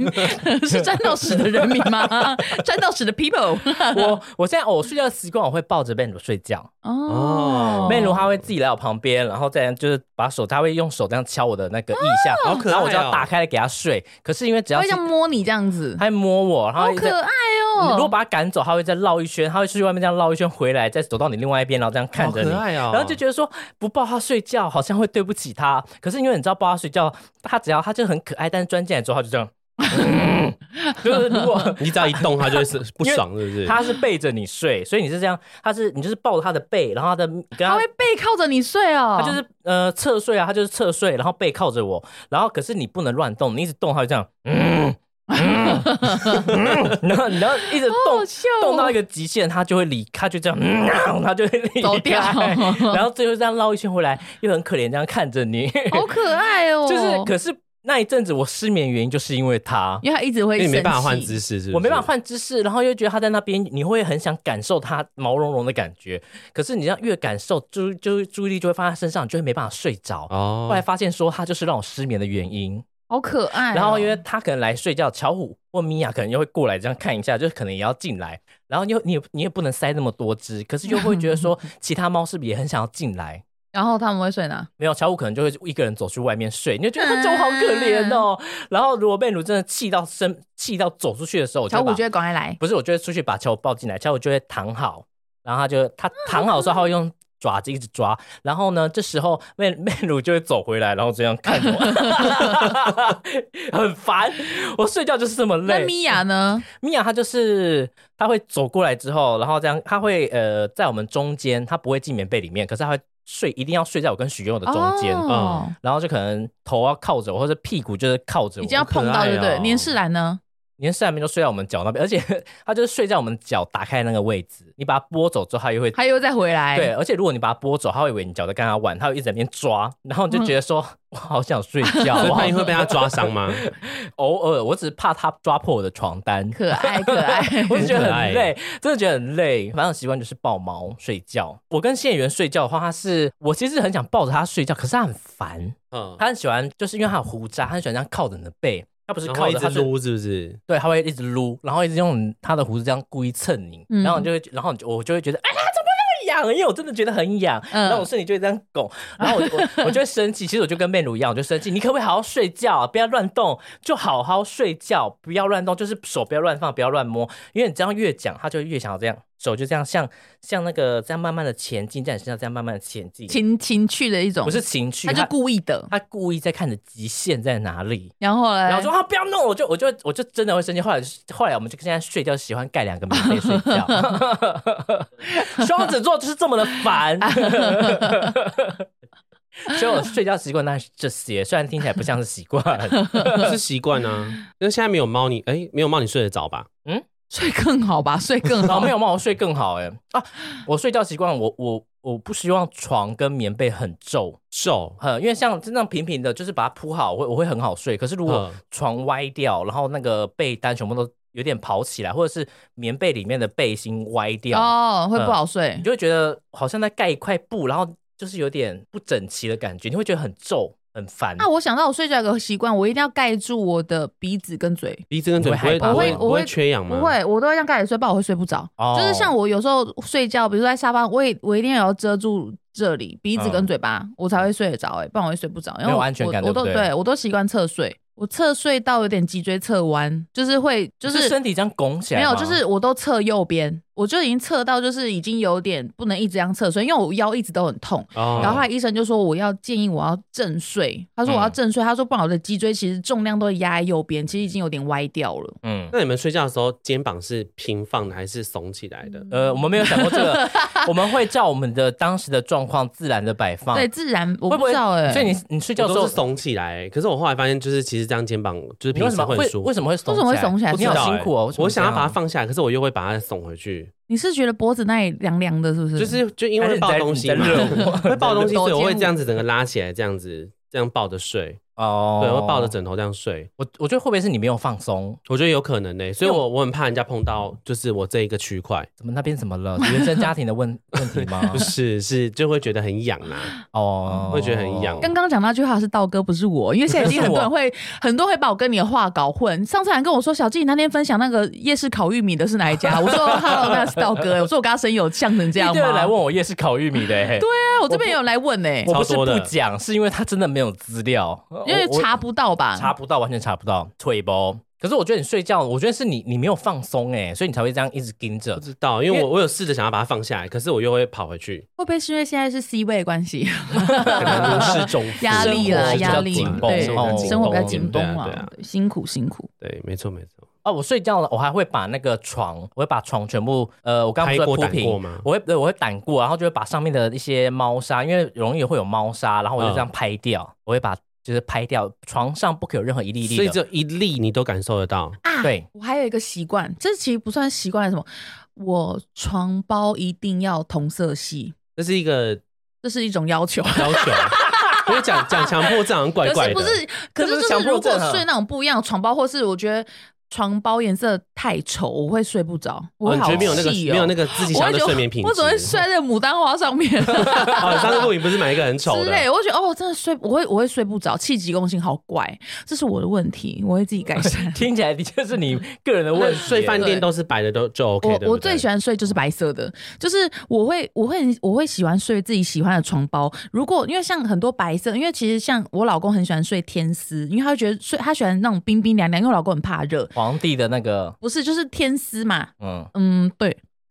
D: 是占到屎的人民吗？占到屎的 people
E: 我我现在我睡觉的习惯，我会抱着贝鲁睡觉，
D: 哦
F: 哦，
E: 贝鲁他会自己来我旁边，然后再就是把手，他会用手这样敲我的那个腋下，
F: 好可爱哦
E: 然后我就要打开来给他睡。可是因为只
D: 他
E: 要
D: 会
E: 是
D: 这样摸你这样子
E: 他，会摸我，然后
D: 好
E: 一直
D: 可爱哦，
E: 你如果
D: 哦，
E: 把他赶走，他会再绕一圈，他会出去外面这样绕一圈回来，再走到你另外一边，然后这样 [laughs] 看
F: 好
E: 着你
F: 可。爱哦。
E: 然后就觉得说不抱他睡觉好像会对不起他，可是因为你知道抱他睡觉，他只要他就很可爱，但是钻进来之后他就这样，嗯 [laughs] 就是如果
F: 你只要一动，它就
E: [laughs]
F: 会是不爽， [laughs] 是不是？
E: 他是背着你睡，所以你是这样，他是你就是抱着他的背，然后他的跟
D: 他
E: 他
D: 会背靠着你睡哦，
E: 他就是呃侧睡啊，他就是侧睡，然后背靠着我，然后可是你不能乱动，你一直动他就这样，嗯，
D: [laughs]
E: 嗯嗯然后然后一直
D: 好
E: 动
D: 好笑哦
E: 动到一个极限，他就会离，他就这样，嗯，他就会离
D: 走掉 [laughs]
E: 开然后最后这样绕一圈回来，又很可怜这样看着你，
D: 好可爱哦，
E: 就是可是那一阵子我失眠原因就是因为他。
D: 因为他一直会
F: 因为你没办法
D: 生气
F: 换姿势，是不是？
E: 我没办法换姿势，然后又觉得他在那边，你会很想感受他毛茸茸的感觉。可是你这样越感受，注就注意力就会放在他身上，你就会没办法睡着。
F: 哦
E: 后来发现说他就是让我失眠的原因。
D: 好可爱哦，
E: 然后因为他可能来睡觉，巧虎或米娅可能又会过来这样看一下，就是可能也要进来。然后又你也你也不能塞那么多只，可是又会觉得说其他猫是不是也很想要进来？
D: 然后他们会睡哪？
E: 没有，巧虎可能就会一个人走去外面睡，你就觉得他就好可怜哦。然后如果贝鲁真的气到生气到走出去的时候，我就
D: 小
E: 会
D: 虎
E: 把
D: 就会赶快来，
E: 不是，我就会出去把巧虎抱进来，巧虎就会躺好，然后他就他躺好的时候，他会用爪子一直抓，然后呢，这时候妹 [laughs] 妹乳就会走回来，然后这样看
D: [laughs]
E: 我，很烦。我睡觉就是这么
D: 那
E: 累。
D: 米娅呢？
E: 米娅她就是她会走过来之后，然后这样，她会呃在我们中间，她不会进棉被里面，可是她会睡，一定要睡在我跟许佑的中间。
D: 哦
E: 嗯，然后就可能头要靠着我，或者屁股就是靠着我，
D: 已经要碰到对不
F: 好可爱
D: 对？
F: 哦
D: 年世兰呢？
E: 连扇面都睡在我们脚那边，而且 [laughs] 它就是睡在我们脚打开那个位置。你把它拨走之后，它又会
D: 他又再回来，
E: 对，而且如果你把它拨走，它会以为你脚在跟它玩，它会一直在那边抓，然后你就觉得说，我好想睡觉
F: [laughs] 所以
E: 啊
F: 怕。你会被它抓伤
E: [laughs]
F: 吗？
E: 偶尔我只是怕它抓破我的床单，，
D: 可爱可爱
E: [laughs] 我就觉得
F: 很可
E: 很
F: 爱
E: 累，真的觉得很累。反正习惯就是抱猫睡觉。我跟谢元睡觉的话，他是我其实很想抱着他睡觉，可是他很烦，
F: 嗯，
E: 他很喜欢，就是因为他有胡渣，他很喜欢这样靠着你的背。他不是
F: 然
E: 靠
F: 后一
E: 着，
F: 直
E: 他是
F: 撸，是不是？
E: 对，他会一直撸，然后一直用他的胡子这样故意蹭你，
D: 嗯
E: 然后你就会，然后你就我就会觉得，哎呀，怎么那么痒？因为我真的觉得很痒，
D: 嗯
E: 然后我身体就会这样拱，然后我就我我就会生气。其实我就跟面乳一样，我就生气，你可不可以好好睡觉、啊不要乱动，就好好睡觉，不要乱动，就是手不要乱放，不要乱摸，因为你这样越讲，他就越想要这样，手就这样像像那个这样慢慢的前进，在你身上这样慢慢的前
D: [laughs]
E: 进，
D: 情情趣的一种，
E: 不是情绪，
D: 他就
E: 他
D: 故意的。
E: 他故意在看你的极限在哪里。
D: 然后嘞，
E: 然后说啊不要弄，我就我就我就真的会生气。后来后来我们就现在睡觉喜欢盖两个棉被睡觉， [laughs] 双子座就是这么的烦。所以我睡觉习惯那是这些，虽然听起来不像是习惯，
D: [laughs]
F: 是习惯啊。那现在没有猫，你哎，没有猫，你睡得着吧？
D: 睡更好吧，睡更
E: 然 [laughs]
D: 好，
E: 哦后没有猫我睡更好哎、啊！我睡觉习惯我我我不希望床跟棉被很皱，
F: 瘦，
E: 呃，因为像这样平平的，就是把它铺好，我会我会很好睡。可是如果
F: 嗯
E: 床歪掉，然后那个被单全部都有点跑起来，或者是棉被里面的背心歪掉，
D: 哦，会不好
E: 你
D: 睡。
E: 就会觉得好像在盖一块布，然后就是有点不整齐的感觉，你会觉得很皱、很烦。
D: 那我想到我睡觉有个习惯，我一定要盖住我的鼻子跟嘴，
F: 鼻子跟嘴不会
E: 你会害怕
F: 不会
D: 我会
F: 不
D: 我
F: 会
D: 会
F: 缺氧吗？
D: 不，会，我都要这样盖着睡，不然我会睡不着。
E: 哦
D: 就是像我有时候睡觉，比如说在沙发，我也我一定要遮住这里鼻子跟嘴巴，我才会睡得着，哎，不然我会睡不着。因
E: 嗯没
D: 为
E: 有
D: 我
E: 安全感
D: 我我都
E: 对不对
D: 我都习惯侧睡，我侧睡到有点脊椎侧弯，就是会就是
E: 身体这样拱起来
D: 没
E: 吗，
D: 有，就是我都侧右边，我就已经侧到就是已经有点不能一直这样侧睡，因为我腰一直都很痛。
F: 然
E: 哦
D: 然后后来医生就说我要建议我要正睡，他说我要正睡，他说不然我的脊椎其实重量都压在右边，其实已经有点歪掉了。
E: 嗯。
F: 那你们睡觉的时候肩膀是平放的还是耸起来
D: 嗯
F: 的？
E: 呃，我们没有想过
D: [laughs]
E: 这个，我们会照我们的当时的状况自然的摆放。
D: 对，自然我
E: 会不
D: 不
E: 啊会
D: 知道哎、
E: 所以你你睡觉
F: 我
E: 的时候
F: 都是耸起来，可是我后来发现，就是其实这样肩膀就是
E: 你
F: 平
E: 为
F: 时
E: 什么
F: 会
E: 会
F: 舒服
E: 为。什么会耸
D: 为什么会耸起来
E: 你好辛苦
D: 欸
E: 哦！为什么
F: 我想要
E: 这
F: 把它
E: 样
F: 放下来，可是我又会把它耸回去，
D: 你是觉得脖子那里凉凉的，是不是？
F: 就是就因为
E: 嗯
F: 会
E: 还是你
F: 抱
E: 在
F: 东
E: 你
F: 西
E: 在
F: 嘛
E: 热 [laughs] 我，
F: [laughs] 会抱东西，
D: 抖
F: 所以我会
D: 肩舞
F: 这样子整个拉起来，这样子这样抱着睡，
E: 哦，
F: 对，我会抱着枕头这样睡。
E: 我我觉得会不会是你没有放松？
F: 我觉得有可能呢、所以
E: 因为
F: 我我很怕人家碰到，就是我这一个区块，
E: 怎么那边怎么了？原生家庭
D: [laughs]
E: 的问问题吗？
F: 不是是就会觉得很痒啦。
E: 哦 [laughs]
F: 会觉得很痒
D: 刚刚讲那句话是道哥，不是我，因为现在已经很多人会很多人会把我跟你的话搞混。上次还跟我说小季，你那天分享那个夜市烤玉米的是哪一家？我说 Hello，那是道哥。我说我跟他声有像成这
E: 一
D: 样
E: 堆人来
D: 吗？
E: 问我夜市烤玉米的、欸， [laughs] 对，
D: 对啊，我这边也有来问呢、
E: 我不是
F: 超多的
E: 不讲，是因为他真的没有资料，
D: 因为
E: 我我
D: 查不到吧？
E: 查不到，完全查不到，退包。可是我觉得你睡觉，我觉得是你你没有放松哎、所以你才会这样一直盯着
F: 不。知道，因为我我有试着想要把它放下来，可是我又会跑
D: [laughs]
F: 回去，
D: 会不会是因为现在是 C 位的关系， [laughs]
F: 可能都是中伏
D: 压力啦，
E: 生活是比较
D: 压力
E: 紧绷
D: 对哦
E: 生活比较紧绷，
D: 生活比较紧绷
F: 对啊
D: 啊，对辛苦辛苦。
F: 对，没错没错。
E: 哦，我睡觉了，我还会把那个床，我会把床全部，呃，我刚刚不
F: 拍过
E: 是在铺
F: 掸过
E: 平
F: 吗，
E: 我会对，我会掸过，然后就会把上面的一些猫砂，因为容易会有猫砂，然后我就
F: 嗯
E: 这样拍掉，我会把就是拍掉，床上不可有任何一粒一粒
F: 所以
E: 的
F: 只有一粒你都感受得到，
D: 啊 [laughs]
E: 对
D: 我还有一个习惯，这其实不算习惯，什么？我床包一定要同色系，
F: 这是一个
D: 这是一种要求。 [laughs]
F: 要求。 [laughs] 因为讲讲强迫症好像怪
D: 可
F: 怪
D: 是
F: 的，
D: 不是？可
E: 这
D: 是
E: 不是
D: 就
E: 强
D: 是
E: 迫
D: 如果
E: 症啊。
D: 睡那种不一样的床包，或是我觉得床包颜色太丑，我会睡不着，我
F: 哦
D: 会
F: 你
D: 好气
F: 觉
D: 哦。
F: 得没有那个没有那个自己想要的睡眠品质。
D: 我总会睡在牡丹花上面
F: [laughs]
D: 啊
F: 哦，上次录影不是买一个很丑
D: 之
F: 的，
D: 类，我会觉得哦，我真的睡，我会我会睡不着，气急攻心，好怪，这是我的问题，我会自己改善
E: 听起来的确是你个人的问
F: 那
E: 题。
F: 睡饭店都是白的都就 OK
D: 我
F: 对不
D: 我
F: 对
D: 最喜欢睡就是白色的，就是我会我会我会喜欢睡自己喜欢的床包。如果因为像很多白色，因为其实像我老公很喜欢睡天丝，因为他会觉得睡他喜欢那种冰冰凉凉，因为我老公很怕热，
E: 皇帝的那个，
D: 不是就是天丝嘛，
E: 嗯，
D: 嗯对，
F: [laughs]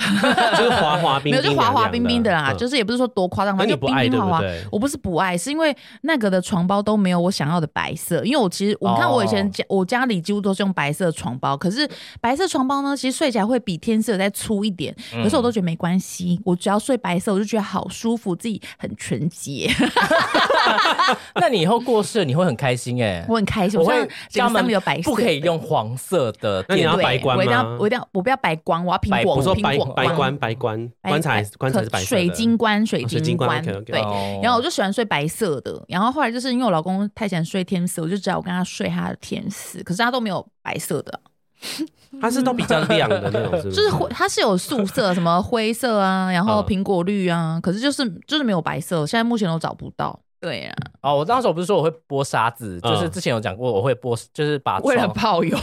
F: 就是滑滑冰
D: 没有
F: 冰，
D: 就滑滑冰冰的啦，就是是也不是说多夸张，
F: 嗯那
D: 反
F: 你
D: 正就
F: 不
D: 冰
F: 爱
D: 冰
F: 对
D: 滑
F: 不
D: 滑。
F: 对？
D: 我不是不爱，是因为那个的床包都没有我想要的白色。因为我其实，我看我以前家、
F: 哦
D: 我家里几乎都是用白色的床包，可是白色床包呢，其实睡起来会比天色再粗一点。
F: 嗯
D: 可是我都觉得没关系，我只要睡白色，我就觉得好舒服，自己很纯洁， [laughs]
E: 那你以后过世你会很开心哎、
D: 我很开心。
E: 我
D: 希
E: 会
D: 望整个上面有白色，
E: 不可以用黄色的
F: 那你
E: 电
F: 要
E: 脑
D: 对
F: 白关
D: 我一定要
F: 吗，
D: 我一定要，我不要白光，我要苹
E: 白
D: 果，
F: 我说
D: 苹
F: 白
D: 果
F: 白
D: 光
F: 棺白棺
D: 白
F: 棺材
D: 白
F: 棺材
D: 可
F: 是白色的
D: 水晶棺，水
F: 哦水晶
D: 晶
F: 棺
D: 棺，
F: ，OK，OK
D: 对。
E: 哦
D: 然后我就喜欢睡白色的，然后后来就是因为我老公太喜欢睡天丝，我就只好跟他睡他的天丝，可是他都没有白色的，
F: 它是都比较亮的那种，是不
D: 就是灰，它是有素色，什么灰色啊，然后
F: 嗯
D: 苹果绿啊，可是就是就是没有白色，现在目前都找不到。对啊呀、
E: 哦，我那时候不是说我会剥沙子，
F: 嗯
E: 就是之前有讲过，我会剥，就是把
D: 为了
E: 床
D: 泡
E: [laughs]
D: 友，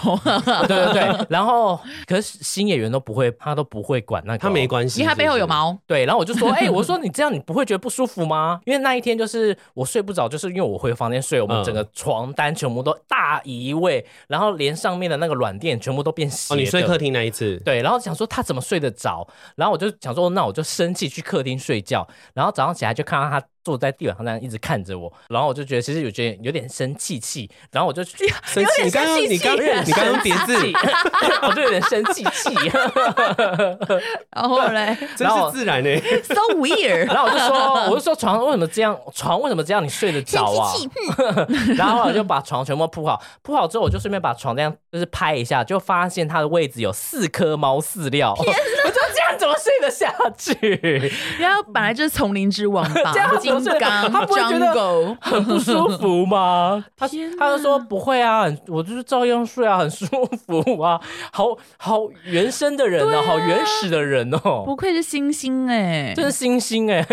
E: 对对对，然后可是新演员都不会，他都不会管那个，
F: 它没。关系，
D: 因为它背后
F: 是
D: 有
F: 不是？
D: 毛。
E: 对，然后我就
F: [laughs]
E: 说，哎、我说你这样你不会觉得不舒服吗？因为那一天就是我睡不着，就是因为我回房间睡，我们
F: 嗯
E: 整个床单全部都大移位，然后连上面的那个软垫全部都变
F: 哦，
E: 斜的。
F: 你睡客厅那一次，
E: 对，然后想说他怎么睡得着，然后我就想说，那我就生气去客厅睡觉，然后早上起来就看到他坐在地板上那样一直看着我，然后我就觉得其实有觉得有点生气气，然后我就 [laughs] 去
F: 生气，你刚刚你刚刚你刚刚叠
D: [laughs]
F: 字，
E: 气， [laughs] 我就有点生气气，
D: 然后嘞
E: [laughs]
F: 真是自然欸诶。
D: ，so weird，
E: 然后我就说，我就说床为什么这样，床为什么这样，你睡得着啊？
D: 嗯
E: 然后我就把床全部铺好，铺好之后我就顺便把床这样就是拍一下，就发现它的位置有四颗猫饲料，我就这样怎么睡得下去？
D: 然后本来就是丛林之
E: [laughs]
D: 王
E: 这样
D: 吧，
E: 子
D: 金刚
E: 他不会觉得
D: Jungle，
E: [laughs] 很不舒服吗？他
D: 天哪
E: 他就说不会啊，很我就是照样睡啊，很舒服啊，好好原生的人哦，好原始的人哦，
D: 啊不愧是星星哎、
E: 真是星星哎、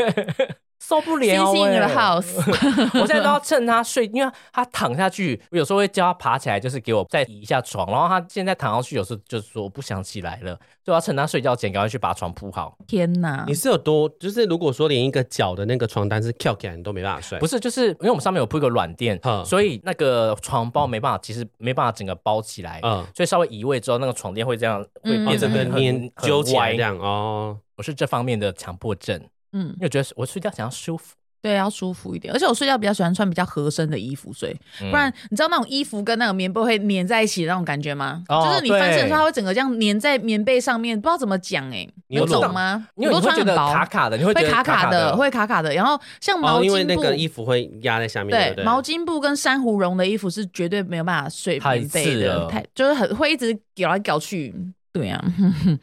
E: 受不
D: 星
E: 了、欸！
D: 星 in your house， [laughs]
E: 我现在都要趁他睡，因为他躺下去，我有时候会叫他爬起来，就是给我再移一下床。然后他现在躺上去，有时候就是说我不想起来了，就要趁他睡觉前赶快去把床铺好。
D: 天哪
F: 你！是有多，就是如果说连一个脚的那个床单是翘起来，你都没办法睡，
E: 不
F: 是
E: 是，就是因为我们上面有铺一个软垫
F: 嗯，
E: 所以那个床包没办法，其实没办法整个包起来。
F: 嗯，
E: 所以稍微移位之后，那个床垫会这样，会
D: 嗯
E: 变
F: 哦，
E: 得
F: 整个
E: 很
F: 粘
E: 很
F: 揪起来
E: 歪
F: 这样哦，
E: 我是这方面的强迫症，
D: 嗯
E: 因，为我觉得我睡觉想要舒服，
D: 对，要舒服一点。而且我睡觉比较喜欢穿比较合身的衣服睡，
E: 嗯
D: 不然你知道那种衣服跟那个棉被会粘在一起的那种感觉吗？
E: 哦
D: 就是你翻身的时
E: 对
D: 候，它会整个这样粘在棉被上面，不知道怎么讲哎、
F: 你有
D: 懂
F: 冷
D: 吗？
E: 因为
D: 我
E: 你
D: 都
E: 会
D: 穿
E: 觉
D: 很
E: 得
D: 薄，
E: 卡卡的，你会觉
D: 会
E: 得
D: 卡
E: 卡
D: 的，
E: 的，
D: 会卡卡的。然后像毛
F: 哦，
D: 巾
F: 因
D: 布，
F: 为那个衣服会压在下面，对不
D: 对，
F: 对？
D: 毛巾布跟珊瑚绒的衣服是绝对没有办法睡
E: 太
D: 棉被
E: 刺
D: 的，
E: 了
D: 太就是很会一直搞来搞去。对啊呀、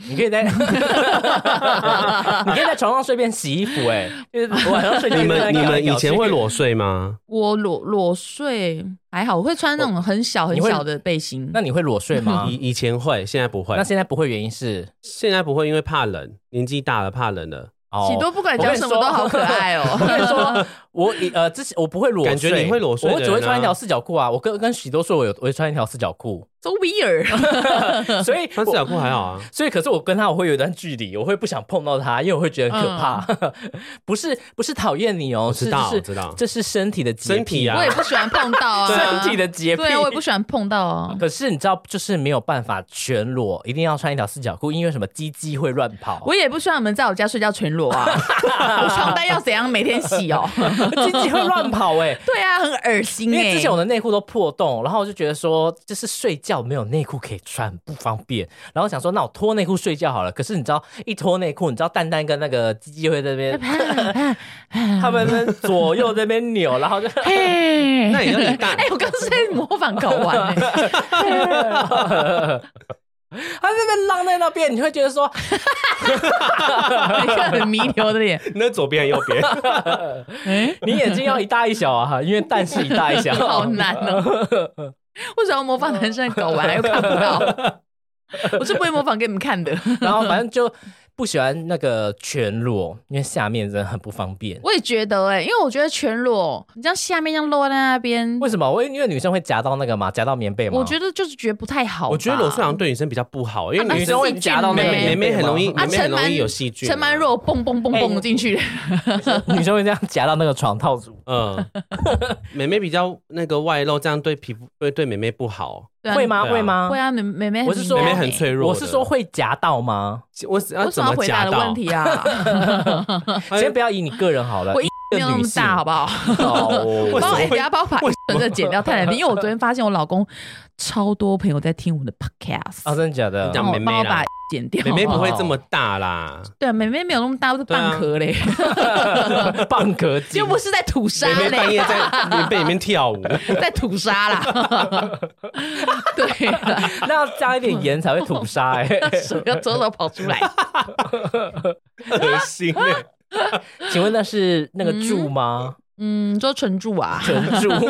E: 你可以在， [laughs] 你可以在床上随便洗衣服，哎，就是晚上睡觉
F: 你
E: 在那
F: 们你
E: 搞来搞
F: 们
E: 去
F: 以前会，裸睡吗？
D: [laughs] 我裸裸睡还好，我会穿那种很小很
E: 哦你会
D: 小的背心。
E: 那你会裸睡吗
D: 嗯
F: 以？以前会，现在不会
E: 那。现在不会，原因是
F: 现在不会，因为怕冷，年纪大了怕冷了，
E: 哦
D: 喜多不管讲什么都好可爱哦。
E: 我跟 [laughs] 你说，我以呃之前我不会裸睡，
F: 感觉你会裸睡的
E: 我
F: 人啊 [laughs]
E: 只会穿一条四角裤啊。我跟跟许多说，我有我会穿一条四角裤，
D: [laughs] ，so
E: [laughs]
D: weird。
E: 所以
F: 穿四角
E: 我。
F: 裤还好啊，
E: 所以，可是我跟他我会有一段距离，我会不想碰到他，因为我会觉得很可怕。 [laughs] 不是不是讨厌你哦，
F: 啊知
E: 是
F: 道
E: 就是
F: 知道
E: 这是身体的洁
F: 身体
E: 癖
F: 啊
D: 我也不喜欢碰到啊，
E: [laughs] 身体的洁癖。
D: 对啊，我也不喜欢碰到啊。
E: 可是你知道，就是没有办法全裸，一定要穿一条四角裤，因为什么鸡鸡会乱跑，
D: 我也不希望你们在我家睡觉全
E: [laughs]
D: 裸啊，我床单要怎样每天洗哦？
E: 鸡鸡会乱跑
D: [laughs]
E: 哎、
D: 对啊，很恶心
E: 欸因
D: 哎、
E: 为之前我的内裤都破洞，然后我就觉得说，就是睡觉没有内裤可以穿不方便，然后想说那我脱内裤睡觉好了。可是你知道，一脱内裤，你知道蛋蛋跟那个鸡鸡会在那
D: [laughs]
E: 边，他们在左右在那边扭，然后就 [laughs]
D: 嘿，
F: 那也要你大
D: [laughs] 哎、我刚才模仿搞完、
E: [laughs]
D: 欸，
E: 他在那边浪在那边，你会觉得说，
D: 一个很哦弥留的脸，
F: 那左边还右边，
D: 哎、
E: 你眼睛要一大一小啊，因为蛋是一大一小，
D: [laughs] 好难哦、为什么要模仿男生的睾丸又看不到？我是不会模仿给你们看的。
E: 然后反正就不喜欢那个全裸，因为下面真的很不方便。
D: 我也觉得哎、因为我觉得全裸，你这样下面这样露在那边，
E: 为什么？我因为女生会夹到那个嘛，夹到棉被嘛。
D: 我觉得就是觉得不太好吧。
F: 我觉得裸睡好像对女生比较不好，因为
D: 啊
F: 女
E: 女生
F: 生
E: 会夹到
D: 那
E: 那
D: 个
E: 个
D: 棉
F: 妹
E: 棉
F: 妹
E: 被
F: 很容易，
E: 吗
D: 啊
F: 妹妹很容
D: 陈
F: 易
D: 满
F: 有细菌。啊
D: 陈曼若蹦蹦蹦蹦进去，
E: 女生会这样夹到那个床套组，
F: 嗯，
D: [laughs]
F: 妹妹比较那个外露，这样对皮肤对对妹妹不好。
D: [laughs] 对啊
E: 会吗？
F: 对啊
E: 会吗？
D: 会啊，妹妹妹很
E: 我是说
D: 敏
F: 妹
D: 感
F: 妹很
D: 欸
F: 脆弱
E: 我
F: 的。
E: 是说会夹到吗？
F: 我是要
D: 为什
F: 怎
D: 么
F: 么
D: 要回答
F: 夹
D: 的
F: 到
D: 问题啊？
F: [laughs] 哎
E: 先不要以你个人好了，
D: 我
E: 以
D: 没
E: 一
D: 有
E: 个
D: 那
E: 女
D: 么
E: 性
D: 大，好不好？
E: 哦
F: 为什
D: 帮
F: 么
D: 我
F: 会
D: 哎，等一下帮我把存的剪掉太难听，因为我昨天发现我老公超多朋友在听我的
E: 啊，
D: podcast，
E: 真的假的？
F: 哦讲
D: 帮我
F: 妹妹
D: 帮我
F: 啦
D: 把剪掉。
F: 妹妹不会这么大
D: [laughs]
F: 啦，
D: 对啊，妹妹没有那么大，我是半壳嘞，
E: [laughs] 蚌壳精
D: [laughs] 又不是在吐沙
F: 啊妹妹半
D: 嘞，
F: 夜
D: [laughs]
F: 在棉被里面跳舞，
D: 在吐沙啦。对啊，
E: 那要加一点盐才会吐沙
D: [laughs]
E: 哎。
D: 手要左手跑出来，
F: 恶心欸
E: 请问那是那个柱吗？
D: 嗯，说唇柱啊，
E: 纯柱，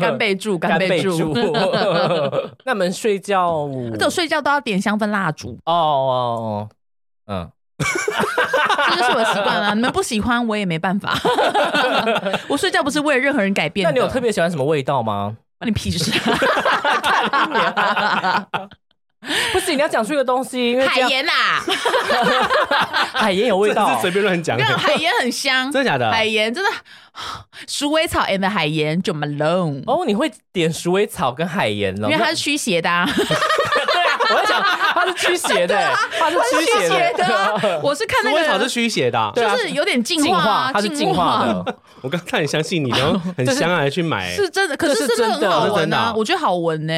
D: 干贝柱，干
E: [laughs] 干
D: 贝
E: 贝
D: 柱
E: 柱。
D: [laughs]
E: 那我们睡觉，
D: 就睡觉都要点香氛蜡烛，
E: 哦哦哦，嗯，
D: 这就是我的习惯啊啦。你们不喜欢我也没办法，我睡觉不是为了任何人改变
E: 那
D: 的。
E: 你有特别喜欢什么味
D: [laughs]
E: 道吗？
D: 关你屁事！
E: 不行，你要讲出一个东西，因为
D: 海
E: 这样
D: 盐啊啦，
E: 海盐有味
F: 真的
E: 道
F: 是随，便乱讲
D: 没
F: 的，
D: 有海盐很香，
F: 真的假的？
D: 海盐真的鼠尾草 and 海盐 j o Malone，、
E: 哦，你会点鼠尾草跟海盐了？
D: 因为它是驱邪的、啊，
E: 我在想，它是驱邪的，它是驱
D: [laughs] 驱邪
E: 邪
D: 的、
E: 的，
D: 啊。我是看那
F: 鼠尾草是
D: 个，
F: 虚邪的啊，
D: 就是有点进
E: 净
D: 化、啊
E: 化，，它是净化的。
F: 我刚差点相信你，然后很香啊，还去买
D: [laughs]
F: 欸，
D: 是真的，可是
E: 这是
D: 真的很
E: 真的啊
D: 好
F: 这是
D: 闻
F: 真的
D: 啊
F: 啊！
D: 我觉得好闻呢、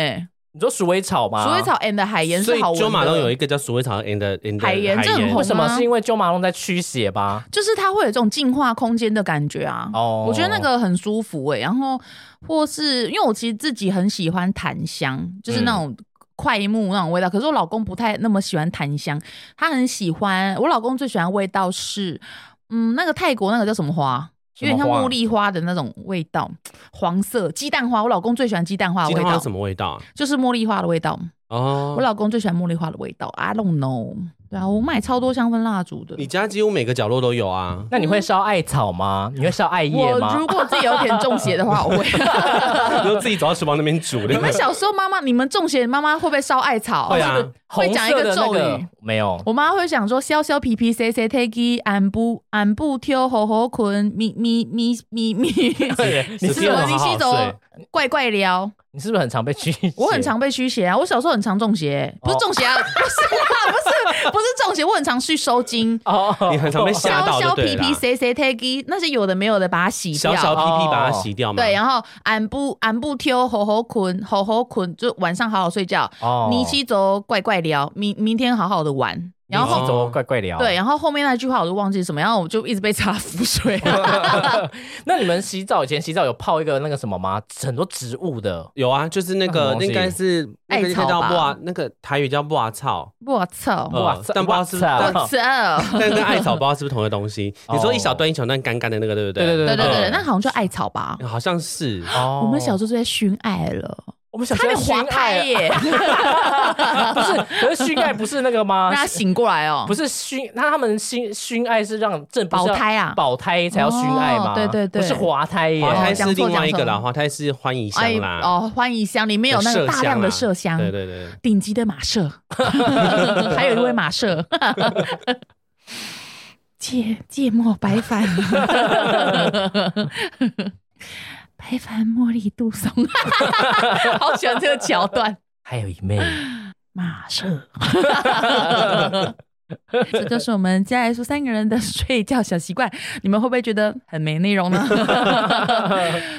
E: 你说鼠尾草吗？哎
D: 鼠尾草 and 海盐
F: 所
D: 是
F: 以
D: 好闻
F: 九
D: 的。
F: 马龙有一个叫鼠尾草 and and
D: 海盐这很红
E: 为什么？
D: 吗
E: 是因为鸠马龙在驱邪吧？
D: 就是它会有这种净化空间的感觉啊。
E: 哦
D: 我觉得那个很舒服哎、然后或是因为我其实自己很喜欢檀香，就是那种。快木那种味道，可是我老公不太那么喜欢檀香，他很喜欢。我老公最喜欢的味道是，嗯，那个泰国那个叫什么花，有点像
E: 什么花
D: 茉莉花的那种味道，黄色鸡蛋花。我老公最喜欢鸡蛋花的
F: 鸡
D: 味
F: 蛋花
D: 道
F: 是，什么味道啊？
D: 就是茉莉花的味道。
F: 哦
E: 嗯
D: 我，老公最喜欢茉莉花的味道，I don't know。对啊，我买超多香氛蜡烛的。
F: 你家几乎每个角落都有啊。 [laughs]
E: 那你会烧艾草吗？你会烧艾叶
D: 我
E: 吗
D: 如？果自己有点中邪的
E: [laughs]
D: 话，我会。
F: 你就自己走到厨房那边煮
D: 你们
F: 的，
D: 小时候妈妈，你们中邪，妈妈会不会烧艾草？
F: 会啊，
D: 会
E: 红
D: 讲一
E: 色
D: 个
E: 的那
D: 咒语。
E: 个没
D: [laughs]
E: 有？
D: 我妈会想说：“消消皮皮 C C take 俺不俺不挑吼吼困咪咪咪咪咪，
E: [laughs] 你
D: 是
E: 是
D: 我
F: 好
D: 你
F: 好
D: 吸走
F: 睡
D: 怪怪撩。
E: 你是不是很常被驱邪？”
D: [laughs] 我很常被驱邪啊，我小时候很常中邪，
E: 哦
D: 不是中邪啊， [laughs] 不是啦，不是不是中邪，我很常去收金。
E: 哦，
D: [laughs]
F: 你很常被吓
D: 消
F: 到
D: 消
F: 就
D: 皮
F: 对
D: 皮
F: 了。
D: C C take 那些有的没有的把它洗
F: 小
D: 掉。
F: 小屁屁把它
E: 哦
F: 洗掉嘛。
D: 对，然后俺不俺不挑吼吼困吼吼困，就晚上好好睡觉。
E: 哦
D: 你吸走怪怪聊，明明天好好的玩。然后
E: 你
D: 后
E: 是怎哦么怪怪聊？
D: 对，，然啊后后面那句话我就忘记是什么，然后我就一直被擦浮水。
E: [laughs]
D: 啊
E: [laughs] 那你们洗澡以前洗澡有泡一个那个什么吗？很多植物的
F: 有啊，就是那
E: 那什么
F: 个
E: 东西
F: 应该是那个
D: 艾草吧
F: 叫哇，那个台语叫哇草，
D: 我操！
F: 呃
E: 哇
F: 但不知道是不是
E: 哇
D: 我
E: 草
F: 但，
D: 操！
F: 但跟艾草不知道是不是同一个东西。
E: 哦
F: 你说一小段一小段干干的那个，对不对？呃
E: 对对
D: 对对
E: 对
D: 对，那好像就艾草吧。
F: 好像是
E: 哦
D: 我们小时候就在熏艾了，
E: 我们想
D: 差
E: 说
D: 点
E: 熏
D: 滑
E: 爱
D: 开
E: 啊，
D: 耶，
E: [laughs] 不是，可是熏爱不是那个吗
D: [laughs] 让？他醒过来哦。
E: 不是熏，那他们熏熏爱是让正不是
D: 保
E: 要
D: 胎啊
E: 保胎才要熏爱
D: 哦
E: 吗？
D: 对对对
E: 不是滑胎耶，
F: 华
D: 哦
F: 泰
D: 讲
F: 是
D: 错
F: 另外一个
D: 讲
F: 啦，
D: 错
F: 华泰是欢宜香啦。
D: 哦，欢迎箱里面有那个
F: 麝香
D: 大量的麝
F: 啦
D: 香，
F: 对对对，
D: 顶级的马 [laughs] 舍，还有一位马舍， [laughs] 芥芥末白矾， [laughs] 白矾茉莉杜松， [laughs] 好喜欢这个桥段。
E: 还有一
D: [laughs]
E: 妹， [laughs]
D: 马舍，这就是我们家来说三个人的睡觉小习惯。你们会不会觉得很没内 [laughs] 容呢？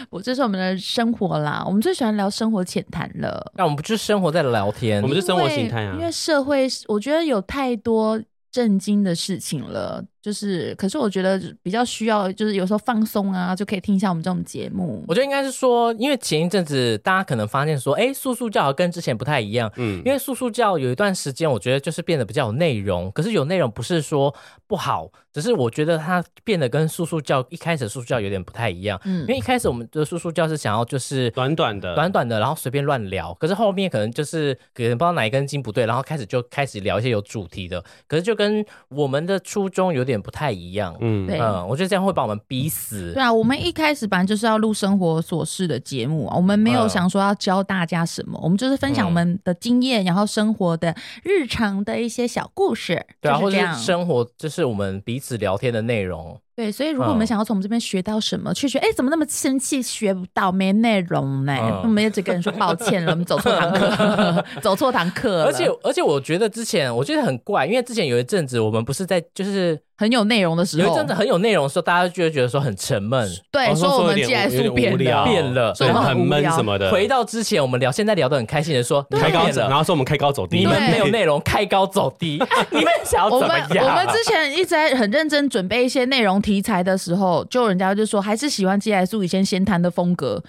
D: 我这是我们的生活啦，我们最喜欢聊生活浅谈了。
E: 那我们不就是生活在聊天？
F: 我们
D: 因
F: 就
D: 为
F: 生活形态啊
D: 因为社会是，我觉得有太多震惊的事情了，就是，可是我觉得比较需要，就是有时候放松啊，就可以听一下我们这种节目
E: 我。觉得应该是说，因为前一阵子大家可能发现说，哎，素素教跟之前不太一样，
F: 嗯
E: 因为素素教有一段时间，我觉得就是变得比较有内容，可是有内容不是说不好，只是我觉得它变得跟素素教一开始的素素教有点不太一样，
D: 嗯
E: 因为一开始我们的素素教是想要就是
F: 短短的，
E: 短短的，然后随便乱聊。可是后面可能就是可能不知道哪一根筋不对，然后开始就开始聊一些有主题的，可是就跟我们的初衷有点不太一样。
F: 嗯
D: 对
E: 嗯，我觉得这样会把我们逼死
D: 对。啊，我们一开始本来就是要录生活琐事的节目啊，我们没有
E: 嗯
D: 想说要教大家什么，我们就是分享
E: 嗯
D: 我们的经验，然后生活的日常的一些小故事，
E: 对啊，
D: 就
E: 或
D: 是
E: 者
D: 这样
E: 是。生活，就是我们彼此聊天的内容。
D: 对，所以如果我们
E: 嗯
D: 想要从我们这边学到什么，去学，哎，怎么那么生气，学不到，没内容呢？
E: 嗯
D: 我们也只跟人说抱歉了，我们走错堂课，走错堂课了，
E: 而且而且，我觉得之前我觉得很怪，因为之前有一阵子我们不是在就是
D: 很有内容的时
E: 有
D: 候，
E: 一阵子很有内容的时候，大家就会觉得说很沉闷，
D: 对，
F: 哦
D: 说我们既然
F: 有
D: 宿
F: 点
D: 变
F: 无聊，
D: 了，
E: 变了
F: 所以我们很闷什么的。
E: 回到之前我们聊，现在聊得很开心的说，你
F: 开
E: 们
F: 高
E: 变
F: 走，然
E: 了，
F: 后说我们开高走低，
E: 你们
D: 对
E: 没有内容，开高走
D: [laughs]
E: 低，你们想要
D: 我
E: 怎么
D: 们
E: 样？啊
D: 我们之前一直在很认真准备一些内容题材的时候，就人家就说还是喜欢寄来素以前闲谈的风格，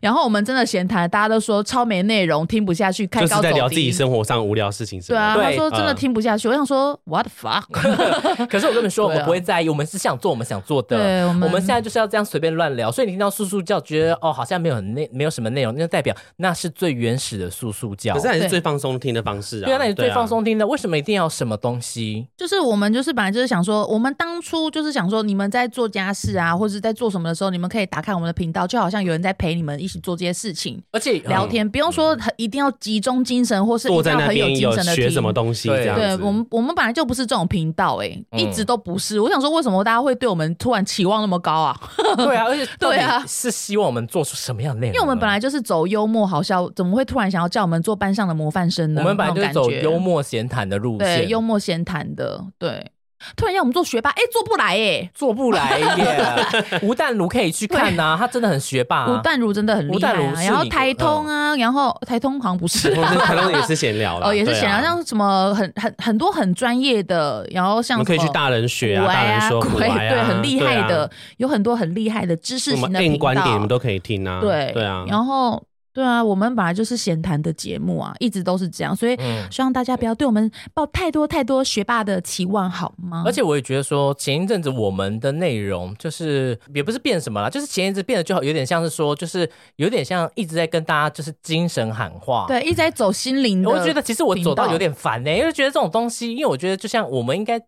D: 然后我们真的闲谈，大家都说超没内容，听不下去，开
F: 就
D: 高
F: 是
D: 走
F: 在聊
D: 低
F: 自己生活上无聊的事情什
D: 对啊，
F: 么的。
D: 他
E: 对
D: 说真的
F: 嗯
D: 听不下去，我想说 what the fuck， [laughs]
E: 可是我跟你们说，我
D: 对啊
E: 们不会在意，我们是想做我们想做的。
D: 对我
E: 我
D: 们
E: 们现在就是要这样随便乱聊，所以你听到素素教，觉得哦，好像没有很内，没有什么内容，那就代表那是最原始的素素教。
F: 可是还
D: 对
F: 是最放松听的方式啊。
E: 对啊，那你最
F: 啊
E: 放。松听的，为什么一定要什么东西？
D: 就是我们就是本来就是想说，我们当初就是想说，你们在做家事啊，或者是在做什么的时候，你们可以打开我们的频道，就好像有人在陪你们一起做这些事情。
E: 而且
D: [laughs] 聊、
E: 嗯
D: 天，不用说很一定要集中精神，或是一
F: 坐
D: 定
F: 在
D: 要
F: 那
D: 很有
F: 边
D: 精
F: 有
D: 神的
F: 学什么东西这样
D: 对
F: 子，
D: 我们，我们本来就不是这种频道、欸，哎、
E: 嗯
D: 一直都不是。我想说，为什么大家会对我们突然期望那么高啊？
E: [laughs] 对啊，而
D: [laughs]
E: 且
D: 对啊
E: 到底是希望我们做出什么样的内容呢？
D: 因为我们本来就是走幽默好笑，怎么会突然想要叫我们做班上的模范生呢？
E: 我们本来
D: 那种
E: 就是走
D: 感觉
E: 幽，默闲谈的路
D: 对
E: 线，
D: 幽默闲谈的，对。突然要我们做学霸，哎、做不来哎、
E: 做不来
D: [laughs]
E: 耶。吴淡如可以去看呐、他真的很学霸、啊
F: 啊
D: 吴淡如真的很厉害
E: 吴淡如
D: 啊，
E: 是
D: 然后
E: 你
D: 台通啊，然后台通好像不是，啊
F: 或者嗯台东也是闲聊
D: [laughs]
F: 啦
D: 哦，也是
F: 对啊
D: 显然像什么很很很多很专业的，然后
F: 我
D: 像
F: 们可以
D: 什
F: 去
D: 么
F: 大人学
D: 古
F: 啊，
D: 玩
F: 大人说古
D: 鬼
F: 玩啊，
D: 对，很厉害
F: 对
D: 的
F: 啊，，
D: 有很多很厉害的知识
F: 什
D: 型
F: 么
D: 的
F: 硬
D: 频
F: 观点你
D: 道
F: 们，都可以听啊，
D: 对
F: 对啊，
D: 然后对啊，我们本来就是闲谈的节目啊，一直都是这样，所以
E: 嗯
D: 希望大家不要对我们抱太多太多学霸的期望，好吗？
E: 而且我也觉得说，前一阵子我们的内容就是也不是变什么啦，就是前一阵子变得就有点像是说，就是有点像一直在跟大家就是精神喊话。。
D: 对，一直在走心灵的，
E: 我觉得其实我走
D: 频
E: 到
D: 道
E: 有点烦呢、欸因为觉得这种东西，因为我觉得就像我们应该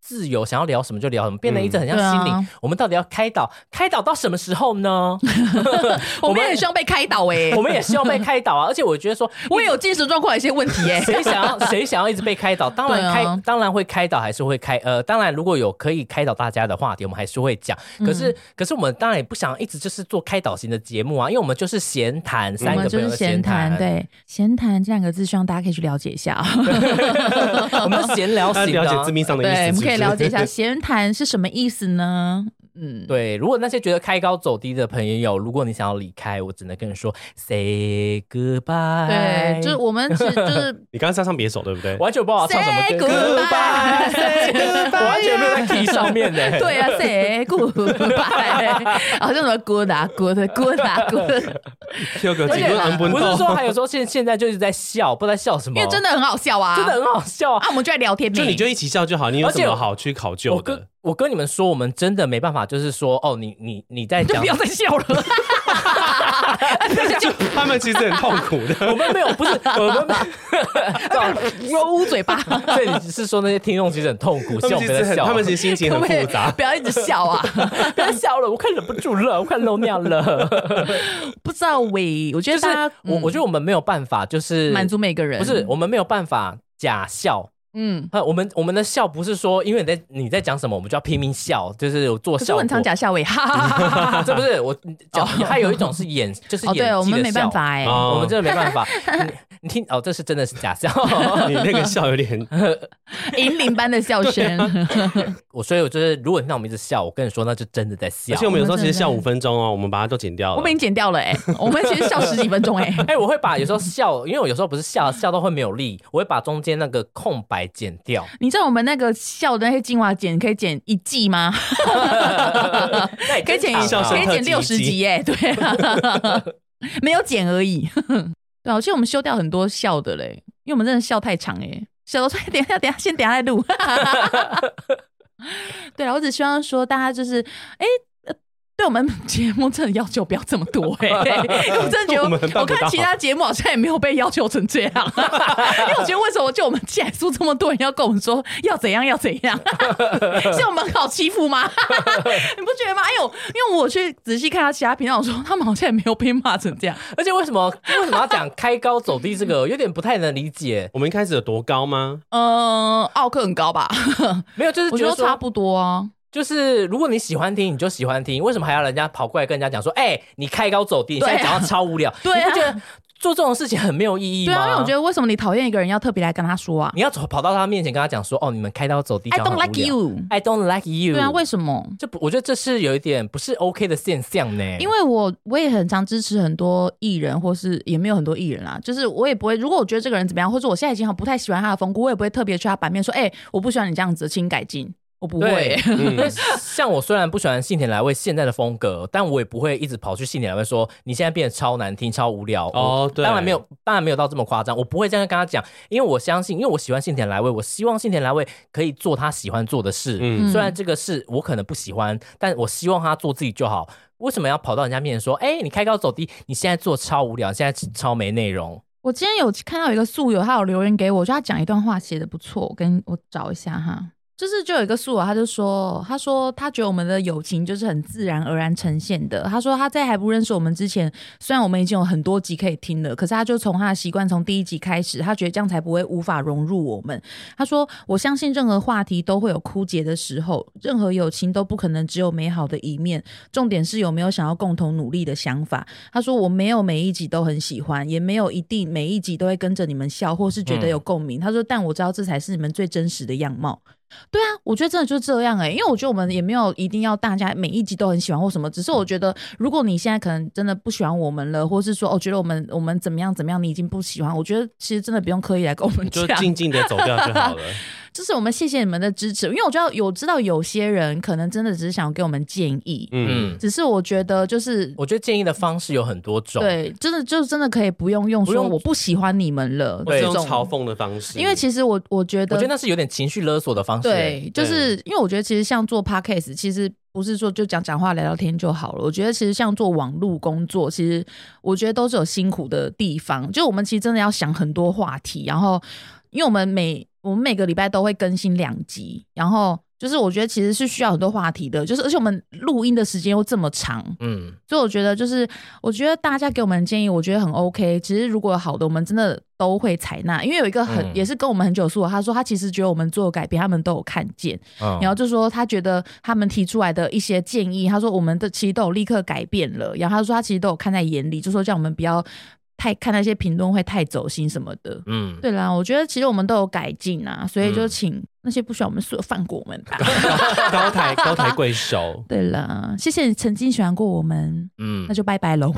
E: 自由，想要聊什么就聊什么，变得一直很像心灵。
D: 对啊
E: 我们到底要开导，开导到什么时候呢？
D: [laughs] 我们也很希望被开导哎、
E: 我们也希望被开导啊！而且我觉得说，
D: [laughs] 我也有精神状况有一些问题哎、
E: 谁想要谁想要一直被开导？当
D: 对啊
E: 然开，当然会开导，还是会开。呃，当然如果有可以开导大家的话题，我们还是会讲。
D: 嗯
E: 可是，可是我们当然也不想一直就是做开导型的节目啊，因为我们就是闲谈，
D: 我
E: 三
D: 们
E: 个
D: 就
E: 朋友
D: 是
E: 的
D: 闲
E: 谈，
D: 谈，，对“闲谈”这两个字，希望大家可以去了解一下啊。
E: [laughs] 我们闲聊
F: 那
E: 型
F: [laughs]
E: 的
F: 了解
E: 啊
F: 字。面上的意思，
D: 对，我们可以
F: 是不是
D: 了解一下闲谈是什么意思呢？嗯，
E: 对，如果那些觉得开高走低的朋友，如果你想要离开，我只能跟你说 say goodbye。
D: [laughs] 对，就是我们其实就是
F: [laughs]
D: [laughs]
F: 你刚刚在唱别首对不对？
E: 完全不知道唱什么
D: Say
E: 歌。
D: goodbye
E: Say goodbye，完全没有在 key 上面的。
D: [laughs] 对啊，say goodbye，好像什么 good 啊 good good 啊 good，
F: Q 哥
E: 而
F: 几
E: 且
F: 个安不
E: 不是
F: 到，
E: 说还有时候现现在就是在笑，不知道在笑什么，
D: 因为真的很好笑啊，
E: 真的很好笑啊！
D: 啊，我们就来聊天呗，
F: 就你就一起笑就好，你有什
E: 而且
F: 么好去考究
E: 我跟
F: 的？
E: 我跟你们说，我们真的没办法，就是说哦，你你你在
D: 就
E: 讲
D: 不，要再笑了，
F: 他们们其实很痛苦的。
E: [laughs] 我们没有，不是我们没
D: [laughs] 我捂嘴巴。
E: 有，所以你是说那些听众其实很痛苦，
F: 他
E: 希
F: 们
E: 望
F: 其实
E: 我们在
F: 很，
E: 笑。
F: 他们其实心情
D: [laughs] 可
F: 很
D: 不可以
F: 复杂
D: 不。要一直笑啊！
E: [laughs] 不要笑了，我快忍不住了，我快漏尿了。
D: 不知道喂，我觉
E: 就
D: 得
E: 是
D: 大家，
E: 我，我觉得我们没有办法，就是
D: 得满足每个人
E: 不是，我们没有办法假笑。
D: 嗯，
E: 呃，我们我们的笑不是说，因为你在你在讲什么，我们就要拼命笑，就是有做
D: 可是
E: 效
D: 我
E: 果
D: 很。常假笑喂，哈哈哈哈哈哈。
E: [laughs] 这不是我讲，还有一种是演，就是
D: 哦，
E: 演技的
D: 对，
E: 笑。
D: 我们没办法哎、
F: 哦
E: 我们真的没办法。你你听哦，这是真的是假笑。 [laughs]
F: [laughs] 你那个笑有点，
D: 哎银铃般的笑声， [laughs]
E: 我所以我就是，如果你让我们一直笑，我跟你说，那就真的在笑。
F: 而且我们有时候其实笑五分钟哦，我们把它都剪掉了。
D: 我们已经剪掉了哎、我们其实笑十几分钟哎、 [laughs]
E: 哎、我会把有时候笑，因为我有时候不是笑笑到会没有力，我会把中间那个空白剪掉。
D: 你知道我们那个笑的那些精华剪可以剪一季 [laughs] 吗？
E: [laughs] 那也
D: 可以
E: 正
D: 剪
E: 常啊
F: 笑声
D: 可以剪六十集耶，对啊， [laughs] 没有剪而已。 [laughs] 对啊，其实我们修掉很多笑的嘞，因为我们真的笑太长哎，笑到说 [laughs] 等一下等一下，先等一下再录。对啊，我只希望说大家就是哎。呃对我们 [laughs] 节目真的要求不要这么多 [laughs] 哎、我真的觉
F: 我们
D: 得
F: 办不到
D: 我看其他节目好像也没有被要求成这样，啊 [laughs] 因为我觉得为什么就我们既然说这么多人要跟我们说要怎样要怎样， [laughs] 像我们很好欺负吗？ [laughs] 你不觉得吗？哎呦，因为我去仔细看他其他频道，我说他们好像也没有被骂成这样。
E: 而且为什么为什么要讲开高走低这个，有点不太能理解。
F: 我们一开始有多高
D: [laughs]
F: 吗？
D: 嗯，奥克很高 [laughs] 吧？
E: 没有，就是
D: 我
E: 觉
D: 觉
E: 得
D: 得差
E: 说，
D: 不多啊。
E: 就是如果你喜欢听，你就喜欢听，为什么还要人家跑过来跟人家讲说，哎、你开高走低，你现在
D: 对啊
E: 讲到超无聊，
D: [laughs] 对啊
E: 你不觉得做这种事情很没有意义
D: 对
E: 吗？
D: 啊，因为我觉得为什么你讨厌一个人要特别来跟他说啊
E: 你要走跑到他面前跟他讲说，哦，你们开刀走低
D: ？I
E: 这样很
D: don't
E: 无聊
D: like you。
E: I don't like you。
D: 对啊，为什么？
E: 这不，我觉得这是有一点不是 OK 的现象呢。
D: 因为我我也很常支持很多艺人，或是也没有很多艺人啦，就是我也不会，如果我觉得这个人怎么样，或者我现在已经好不太喜欢他的风格，我也不会特别去他版面说，哎、我不喜欢你这样子，请改进。我欸不会、
E: 对，
F: 嗯
E: 因为像我虽然不喜欢信田来未现在的风格，但我也不会一直跑去信田来未说你现在变得超难听、超无聊。
F: 哦
E: 我
F: 对
E: 当然没有，当然没有到这么夸张，我不会这样跟他讲，因为我相信，因为我喜欢信田来未，我希望信田来未可以做他喜欢做的事。
D: [laughs]
F: 嗯
E: 虽然这个事我可能不喜欢，但我希望他做自己就好。为什么要跑到人家面前说，哎、你开高走低，你现在做超无聊，你现在超没内容？
D: 我今天有看到有一个素友，他有留言给我，我觉得他讲一段话写的不错，我跟我找一下哈。就是就有一个素友，他就说，他说他觉得我们的友情就是很自然而然呈现的。他说他在还不认识我们之前，虽然我们已经有很多集可以听了，可是他就从他的习惯从第一集开始，他觉得这样才不会无法融入我们。他说我相信任何话题都会有枯竭的时候，任何友情都不可能只有美好的一面，重点是有没有想要共同努力的想法。他说我没有每一集都很喜欢，也没有一定每一集都会跟着你们笑，或是觉得有共鸣。他说，但我知道这才是你们最真实的样貌。对啊，我觉得真的就是这样哎、因为我觉得我们也没有一定要大家每一集都很喜欢或什么，只是我觉得如果你现在可能真的不喜欢我们了，或是说哦觉得我们我们怎么样怎么样，你已经不喜欢，我觉得其实真的不用刻意来跟我们
F: 就
D: 讲，
F: 静静的走掉就
D: [laughs]
F: 好了。
D: 就是我们谢谢你们的支持，因为我知道有知道有些人可能真的只是想给我们建议，
F: 嗯，
D: 只是我觉得就是
E: 我觉得建议的方式有很多种。
D: 对，真的就真的可以不用用
E: 不
D: 说
E: 用
D: 我不喜欢你们了
F: 我是
D: 这
F: 用
D: 种
F: 嘲讽的方式，
D: 因为其实我我觉
E: 我
D: 得，
E: 觉得那是有点情绪勒索的方式、欸。
D: 对，就是因为我觉得其实像做 podcast，其实不是说就讲讲话聊聊天就好了。我觉得其实像做网络工作，其实我觉得都是有辛苦的地方。就我们其实真的要想很多话题，然后因为我们每我们每个礼拜都会更新两集，然后就是我觉得其实是需要很多话题的，就是而且我们录音的时间又这么长，
E: 嗯，
D: 所以我觉得就是，我觉得大家给我们的建议，我觉得很 OK。其实如果有好的，我们真的都会采纳。因为有一个很、
E: 嗯
D: 也是跟我们很久的说，他说他其实觉得我们做的改变，他们都有看见。
E: 嗯
D: 然后就说他觉得他们提出来的一些建议，他说我们的其实都有立刻改变了。然后他说他其实都有看在眼里，就说叫我们不要太看那些评论会太走心什么的。
E: 嗯，
D: 对啦，我觉得其实我们都有改进啊，所以就
E: 嗯
D: 请那些不喜欢我们说放过我们吧。 [laughs]，
F: [laughs] 高抬高抬贵
E: [laughs]
F: 手
D: 对啦，谢谢你曾经喜欢过我们，
E: 嗯
D: 那，就拜拜 [laughs] 喽。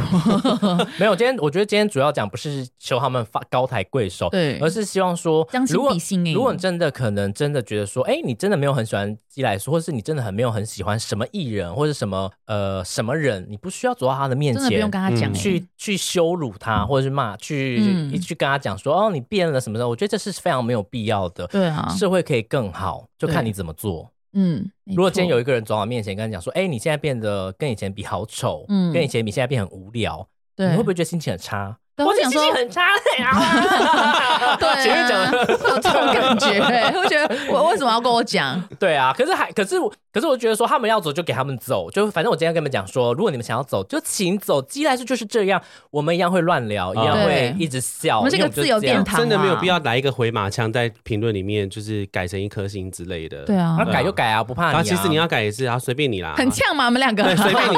E: 没有。今天我觉得今天主要讲不是求他们发高抬贵手，
D: 对
E: 而是希望说
D: 将，心
E: 如果
D: 比心欸
E: 如果你真的可能真的觉得说，哎，你真的没有很喜欢基来说，或是你真的很没有很喜欢什么艺人或者什么呃什么人，你不需要走到他的面
D: 真的不用
E: 前
D: 跟。他讲、欸
F: 嗯
E: 去去羞辱他，或者是骂，去、
D: 嗯
E: 去跟他讲说哦，你变了什么的，我觉得这是非常没有必要的。
D: 对啊，
E: 社会可以更好，就
D: 对
E: 看你怎么做。
D: 嗯，没
E: 如果今天
D: 错
E: 有一个人走到我面前跟你讲说：“哎、你现在变得跟以前比好丑，
D: 嗯
E: 跟以前比现在变很无聊，
D: 对，
E: 你会不会觉得心情很差？
D: 对
E: 我
D: 我
E: 的
D: 想
E: 记
D: 说
E: 性，很差的 [laughs] 呀。
D: [laughs] 对啊，
E: 前面讲的
D: 有这种感觉、会觉得我为什么要跟我讲？
E: 对啊，可是还可是我可是我觉得说他们要走就给他们走，就反正我今天跟你们讲说，如果你们想要走就请走，基来说就是这样，我们一样会乱聊，一样
D: 啊对
E: 会一直笑，
D: 我们是
E: 因为
D: 个
E: 就
D: 自由
E: 这样
D: 电台
F: 真的没有
D: 嘛
F: 必要来一个回马枪，在评论里面就是改成一颗星之类的。
D: 对啊
E: 那改就改啊，不怕
F: 然
E: 你啊。
F: 后其实你要改也是啊，随便你啦，
D: 很呛嘛，我们两个。
F: 对，
D: [laughs]
F: 随便你，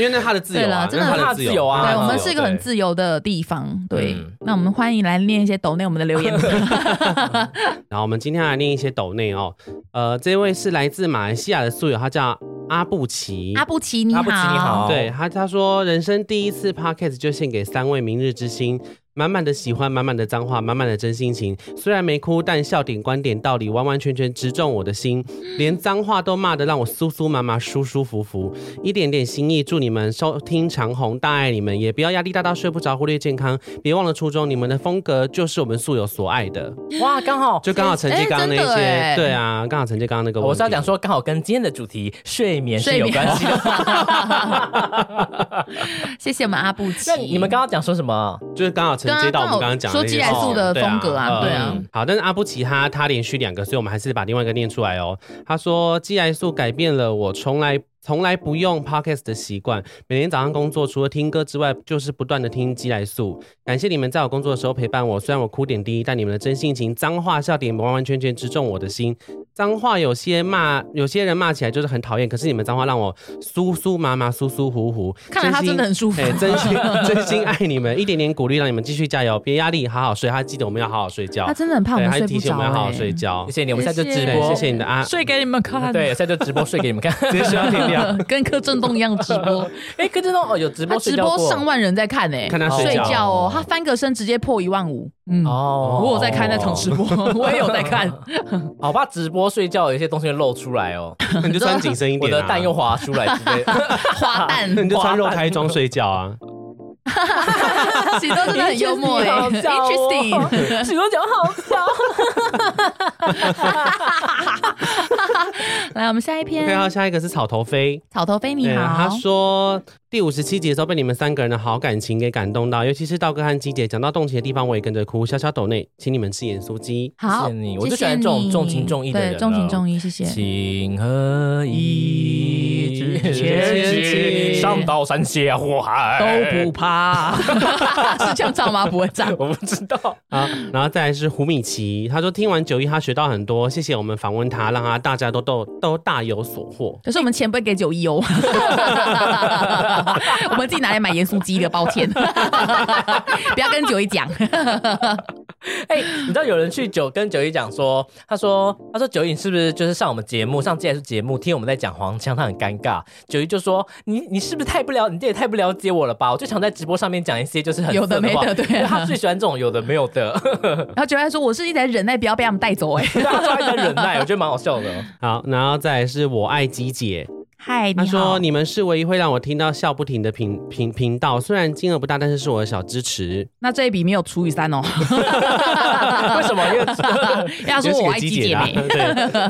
F: 因为那是他的自由嗯
D: 对
F: 啊
D: 啦，真的
F: 那是
E: 很
F: 他
E: 怕
F: 的
E: 自由啊
D: 对，我们
E: 自由
D: 是一个很
F: 对
D: 自由的地方。对
E: 嗯，
D: 那我们欢迎来念一些抖内我们的留言。
F: 然后我们今天来念一些抖内哦，呃，这位是来自马来西亚的宿友，他叫阿布奇。
D: 阿布奇，你好，
E: 阿布奇你好
F: 对他，他说人生第一次 podcast 就献给三位明日之星，满满的喜欢，满满的脏话，满满的真心情。虽然没哭，但笑点、观点、道理完完全全直中我的心，
D: 嗯
F: 连脏话都骂得让我酥酥麻麻、舒舒服服。一点点心意，祝你们收听长虹，大爱你们，也不要压力大到睡不着，忽略健康。别忘了初衷，你们的风格就是我们素有所爱的，
E: 哇，刚好
F: 就刚好承接刚刚那
D: 哎真的
F: 些
D: 哎，
F: 对啊，刚好承接刚刚那个问题。
E: 我是要讲说，刚好跟今天的主题睡眠是
D: 睡
E: 有
D: 眠
E: 关系的。
D: [laughs] 谢谢我们阿布奇。
E: 那你们刚刚讲说什么？
F: 就是刚好承接到我们刚刚讲的
D: 对啊
F: 那些
D: 刚好说
E: 基莱素
D: 的
F: 对啊
D: 风格啊对啊
F: 嗯好，但是阿布奇他他连续两个，所以我们还是把另外一个念出来哦。他说，基来素改变了我从来。从来不用 podcast 的习惯，每天早上工作除了听歌之外，就是不断的听基来素。感谢你们在我工作的时候陪伴我，虽然我哭点低，但你们的真性情、脏话、笑点完完全全直中我的心。脏话有些骂，有些人骂起来就是很讨厌，可是你们脏话让我酥酥麻麻、舒舒服服。
D: 看来他
F: 心
D: 真的很舒服
F: 哎、真心真心爱你们，一点点鼓励，让你们继续加油，别压力，好好睡。他记得我们要好好睡觉，
D: 他真的很怕我
F: 对
D: 们
F: 他
D: 睡
F: 提
D: 不
F: 醒我
D: 着
F: 们要好好
D: 哎，
F: 睡觉
E: 谢。谢你，我们现在就直
F: 对，
E: 播，
F: 谢谢你的啊，
D: 睡给你们看。
E: 嗯
D: [laughs]
E: 对，现在就直播睡给你们看。 [laughs]
F: 直接睡到天亮。
D: 跟柯震东一样直播，
E: 哎，柯震东哦，有直
D: 他
E: 播
D: 直
E: 睡觉
D: 播
E: 过
D: 上万人在看诶，
F: 看他
E: 睡
D: 睡
E: 觉
D: 觉哦，他翻个身直接破一万五，嗯。
E: 哦，
D: 我有在看那场直
E: [laughs]
D: 播，我也有在看。
E: 好吧，直播睡觉有一些东西会露出来哦，
F: 那你就穿紧身一
E: 我
F: 点、啊，
E: 的蛋又滑出来之类的。
D: 花旦，
E: [laughs]
F: 那你就穿肉胎装睡觉啊。
D: 许多真的 [laughs] 很幽
E: [laughs]
D: 默哎，interesting。
E: 哦许多讲好笑。
D: [laughs] 来，我们下一
F: OK，好，
D: 篇，
F: 下一个是草头飞，
D: 草头飞你
E: 哎
F: 对，
D: 好
F: 他，说第五十七集的时候被你们三个人的好感情给感动到，尤其是道哥和鸡姐讲到动情的地方，我也跟着哭。小小抖内，请你们吃盐酥鸡。
D: 好，
E: 谢谢你我
D: 谢
E: 就喜欢
D: 谢
E: 这种
D: 你
E: 重情重义的
D: 对
E: 人啊
D: 重情
E: 了
D: 重义，谢谢。
E: 情何以
F: 致前进上
E: 到山下火海
D: 都不怕， [laughs] 是这样唱吗？不会唱。
E: [laughs] 我不知道。
F: 啊，然后再来是胡米奇，他说听完九一他学到很多，谢谢我们访问他，让他大家都都都大有所获。
D: 可是我们钱不会给九 [laughs] 一哦，我们自己拿来买盐酥鸡的，抱歉， [laughs] 不要跟九一讲。
E: 哎、 [laughs] 你知道有人去九跟九一讲说，他说他说九一你是不是就是上我们节目上既然是节目听我们在讲黄腔，他很尴尬。九一就说你你是不是太不了你这也太不了解我了吧？我就常在直播上面讲一些就是很
D: 有的
E: 色
D: 没的
E: 话
D: 对啊
E: 他最喜欢这种有的没有的， [laughs]
D: 然后九一还说：“我是一直在忍耐，不要被他们带走。”哎，
E: 对他说他在忍耐，我觉得蛮好笑的。
F: 好，然后再来是我爱鸡姐，
D: 嗨，
F: 他
D: 你好
F: 说，你们是唯一会让我听到笑不停的频频频道，虽然金额不大，但是是我的小支持。
D: 那这一笔没有除以三哦。为
E: 为什么？因为
D: [laughs] 要说我爱鸡姐
F: 啦
D: 妹，
F: 对，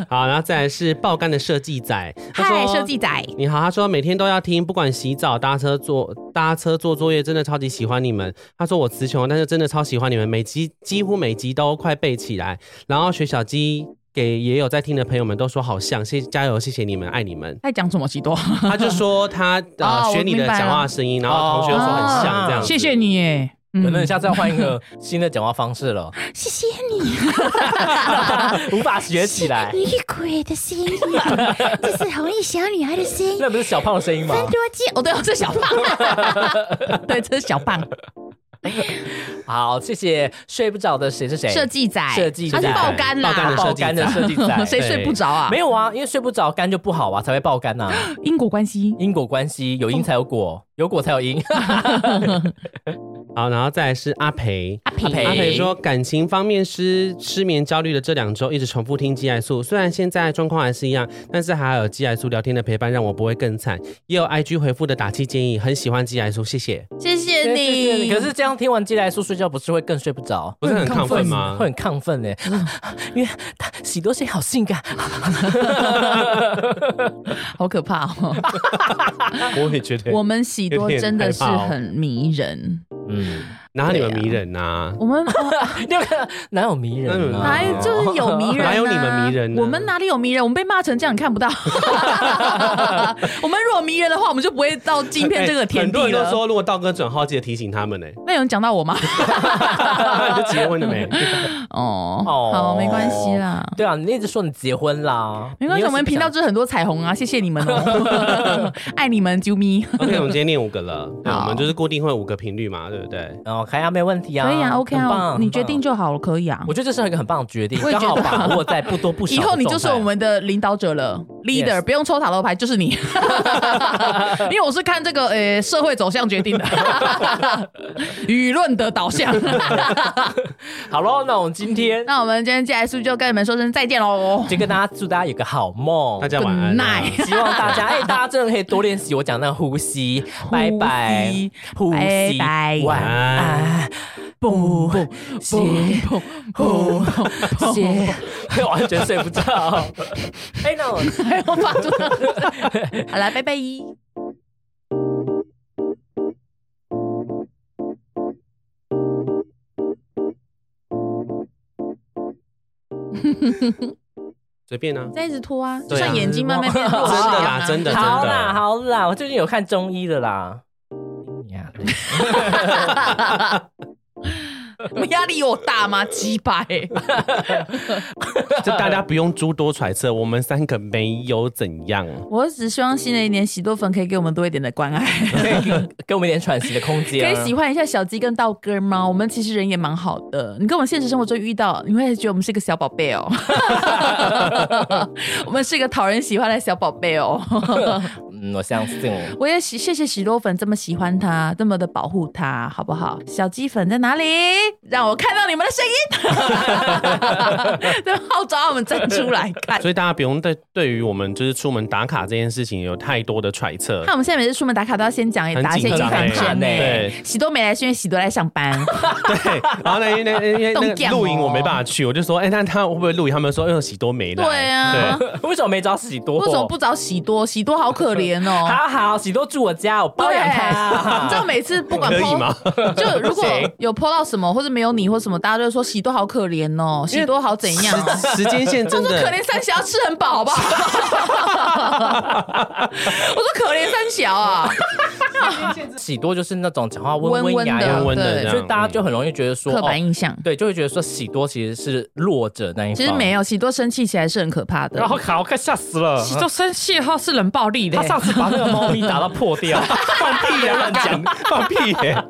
F: 好，然后再来是爆肝的设计仔，啊他
D: 呃嗨，
F: 说
D: 设计仔，。
F: 你好，他说每天都要听，不管洗澡、搭车、做搭车、做作业，真的超级喜欢你们。他说我词穷，但是真的超喜欢你们，每集几乎每集都快背起来。然后学小鸡给也有在听的朋友们都说好像，谢加油，谢谢你们，爱你们
D: 在讲什么喜多？
F: 他就说他
D: 哦
F: 呃
D: 我
F: 学你的
D: 明白了
F: 讲话声音，然后同学都说很像这样
E: 哦
F: 子。
D: 谢谢你哎，
E: 可能
D: 嗯，
E: 下次要换一个新的讲话方式了， [laughs]
G: 谢谢你，
E: 无法学起来。
G: 女鬼的声音，这是红衣小女孩的声音。
E: 那不是小胖的声音吗？
G: 多吉，
D: 哦对哦，这是小胖，对，这是小胖，
E: 好，谢谢睡不着的谁是谁？
D: 设计仔，
E: 设计仔
D: 他是爆肝啦，
F: 爆肝的设
E: 哎爆
F: 计
E: 肝的设计仔，
D: [laughs] 谁睡不着啊？
E: 没有啊，因为睡不着，肝就不好啊，才会爆肝呐、
D: 因果关系。
E: 因果关系，
D: 哦
E: 有因才有果，有果才
D: [laughs]
E: 有因。
F: 好，然后再来是阿培。
D: 阿平
E: 培
F: 阿培说，感情方面失失眠焦虑的这两周，一直重复听鸡癌素。虽然现在状况还是一样，但是还有鸡癌素聊天的陪伴，让我不会更惨。也有 IG 回复的打气建议，很喜欢鸡癌素，谢谢。
D: 谢谢
E: 对对对
D: 你。
E: 可是这样听完鸡来说睡觉，不是会更睡不着？
F: 不是很亢奋吗
E: 会很亢奋呢、
D: 嗯
E: [laughs] 因为他喜多谁好
F: [laughs]
E: 性感，
D: 好可怕哦！
F: 我也觉得
D: 我们喜多真的是
F: 有点害怕哦
D: 很迷人。
E: 嗯，
F: 哪里有
D: 对啊
F: 迷人呐、
D: 我们哦
E: 你有看到哪有迷人啊？
D: 哪有就是有迷人、啊，
F: 哪有你们迷人呢
D: 我们哪里有迷人？我们被骂成这样，你看不到。我们如果迷人的话，我们就不会到镜片这个
F: 哎
D: 田
F: 很
D: 地
F: 多人
D: 了。
F: 都说，如果道哥转号，记得提醒
D: [laughs]
F: 他们呢、
D: 那有人讲到我吗？
F: 你就结婚了没？
D: 哦，
E: 哦
D: 好，没关系啦，
E: 对啊，你一直说你结婚啦，
D: 没关系。
E: 你又是
D: 我们频道就是很多彩虹啊，谢谢你们哦， [laughs] 爱你们，啾咪。
F: [laughs] OK，我们今天念五个了，对
D: 好
F: 我们就是固定会五个频率嘛，对不对？
E: 哦，可以啊，没问题啊，
D: 可以啊，OK
E: 很
D: 啊，
E: 棒
D: 你决定。
E: 很棒
D: 就好了，可以啊
E: 我。觉得这是一个很棒的决定，
D: 我也
E: 刚
D: 觉得
E: 好把握在不多不少。
D: 以后你就是我，们的领导者了，leader，
E: Yes
D: 不用抽塔罗牌，就是你，因为我是看这个呃社会走向决定的，舆论的导向。
E: 好喽，那我们今天
D: 那我们今天接下来是不是就跟你们说声再见喽？
E: 就跟大家祝大家有个好
F: [laughs]
E: 梦
F: 大。家晚安、啊。
D: Good night
E: 希望大家，哎、大家真的可以多练习我讲那个呼吸，拜拜，呼吸，
D: 拜拜
E: 晚安，不
D: 砰
E: 吸，
D: 砰砰砰砰！
E: 完全睡不着。哎、那我。
D: 还有发出，好了，拜拜。
F: 随
D: [laughs]
F: 便啊，
D: 再一直拖啊，就
F: 对啊
D: 像眼睛慢慢变弱视一
F: 真的
D: 样
F: 啦，
D: 啊
F: 真的真
E: 好啦
F: 的。
E: 好啦，我最近有看中医的啦。呀
D: 你们压力有大吗？欸几百，
F: 这大家不用诸多揣测，我们三个没有怎样。
D: 我只希望新的一年喜多粉可以给我们多一点的关爱，
E: 可以给给我们一点喘息的空
D: 可
E: 间。
D: 以喜欢一下小鸡跟道哥吗？我们其实人也蛮好的，你跟我们现实生活中遇到，你会觉得我们是个小宝贝哦，我们是一个讨人喜欢的小宝贝哦。
E: 嗯，我相信。
D: 我也喜谢谢喜多粉这么喜欢他，这么的保护他，好不好？小鸡粉在哪里？让我看到你们的声音， [laughs] 对，号召我们站出来看。
F: 所以大家不用对对于我们就是出门打卡这件事情有太多的揣测
D: 看。我们现在每次出门打卡都要先讲，也
F: 很
D: 打一些
F: 紧
D: 预
F: 张哎
D: 防
E: 欸
D: 针呢。
F: 对
D: 喜多没来是因为喜多在上班，
F: 对，然后
D: [laughs]
F: 呢，因为那因为那
D: 动
F: 个
D: 降哦
F: 露营我没办法去，我就说，哎，那他会不会露营？他们说，哎呦，喜多没来。
D: 对啊，
E: 为什么没找喜多？
D: 为什么不找喜多？喜多好可怜哦。
E: 好好，喜多住我家，我包
D: 对 [laughs]
E: 养，
D: 你
E: 他
D: 知。道每次不管
F: 可以
D: po-
F: 吗
D: 就如果有 PO 到什么，或者没有你或什么，大家就会说喜多好可怜哦，喜多好怎样哦。
F: 时时间线真
D: 我说可
F: 的
D: 怜三小要吃很饱，好不 [laughs] 好？我说可怜三小啊，
E: 喜多就是那种讲话温
D: 温温
E: 雅
D: 的
E: 雅
F: 温温的
D: 对
F: 这
E: 所
F: 样，
E: 以大家就很容易觉得说，
D: 刻板
E: 哦
D: 印象。
E: 对，就会觉得说喜多其实是弱者那一方。
D: 其实没有，喜多生气起来是很可怕的。
E: 然后卡我快吓死
D: [laughs]
E: 了。
D: 喜多生气后是冷暴力的 [laughs]
E: 他。上次把那个猫咪打到破掉，放屁啊，乱讲。
F: 放屁耶。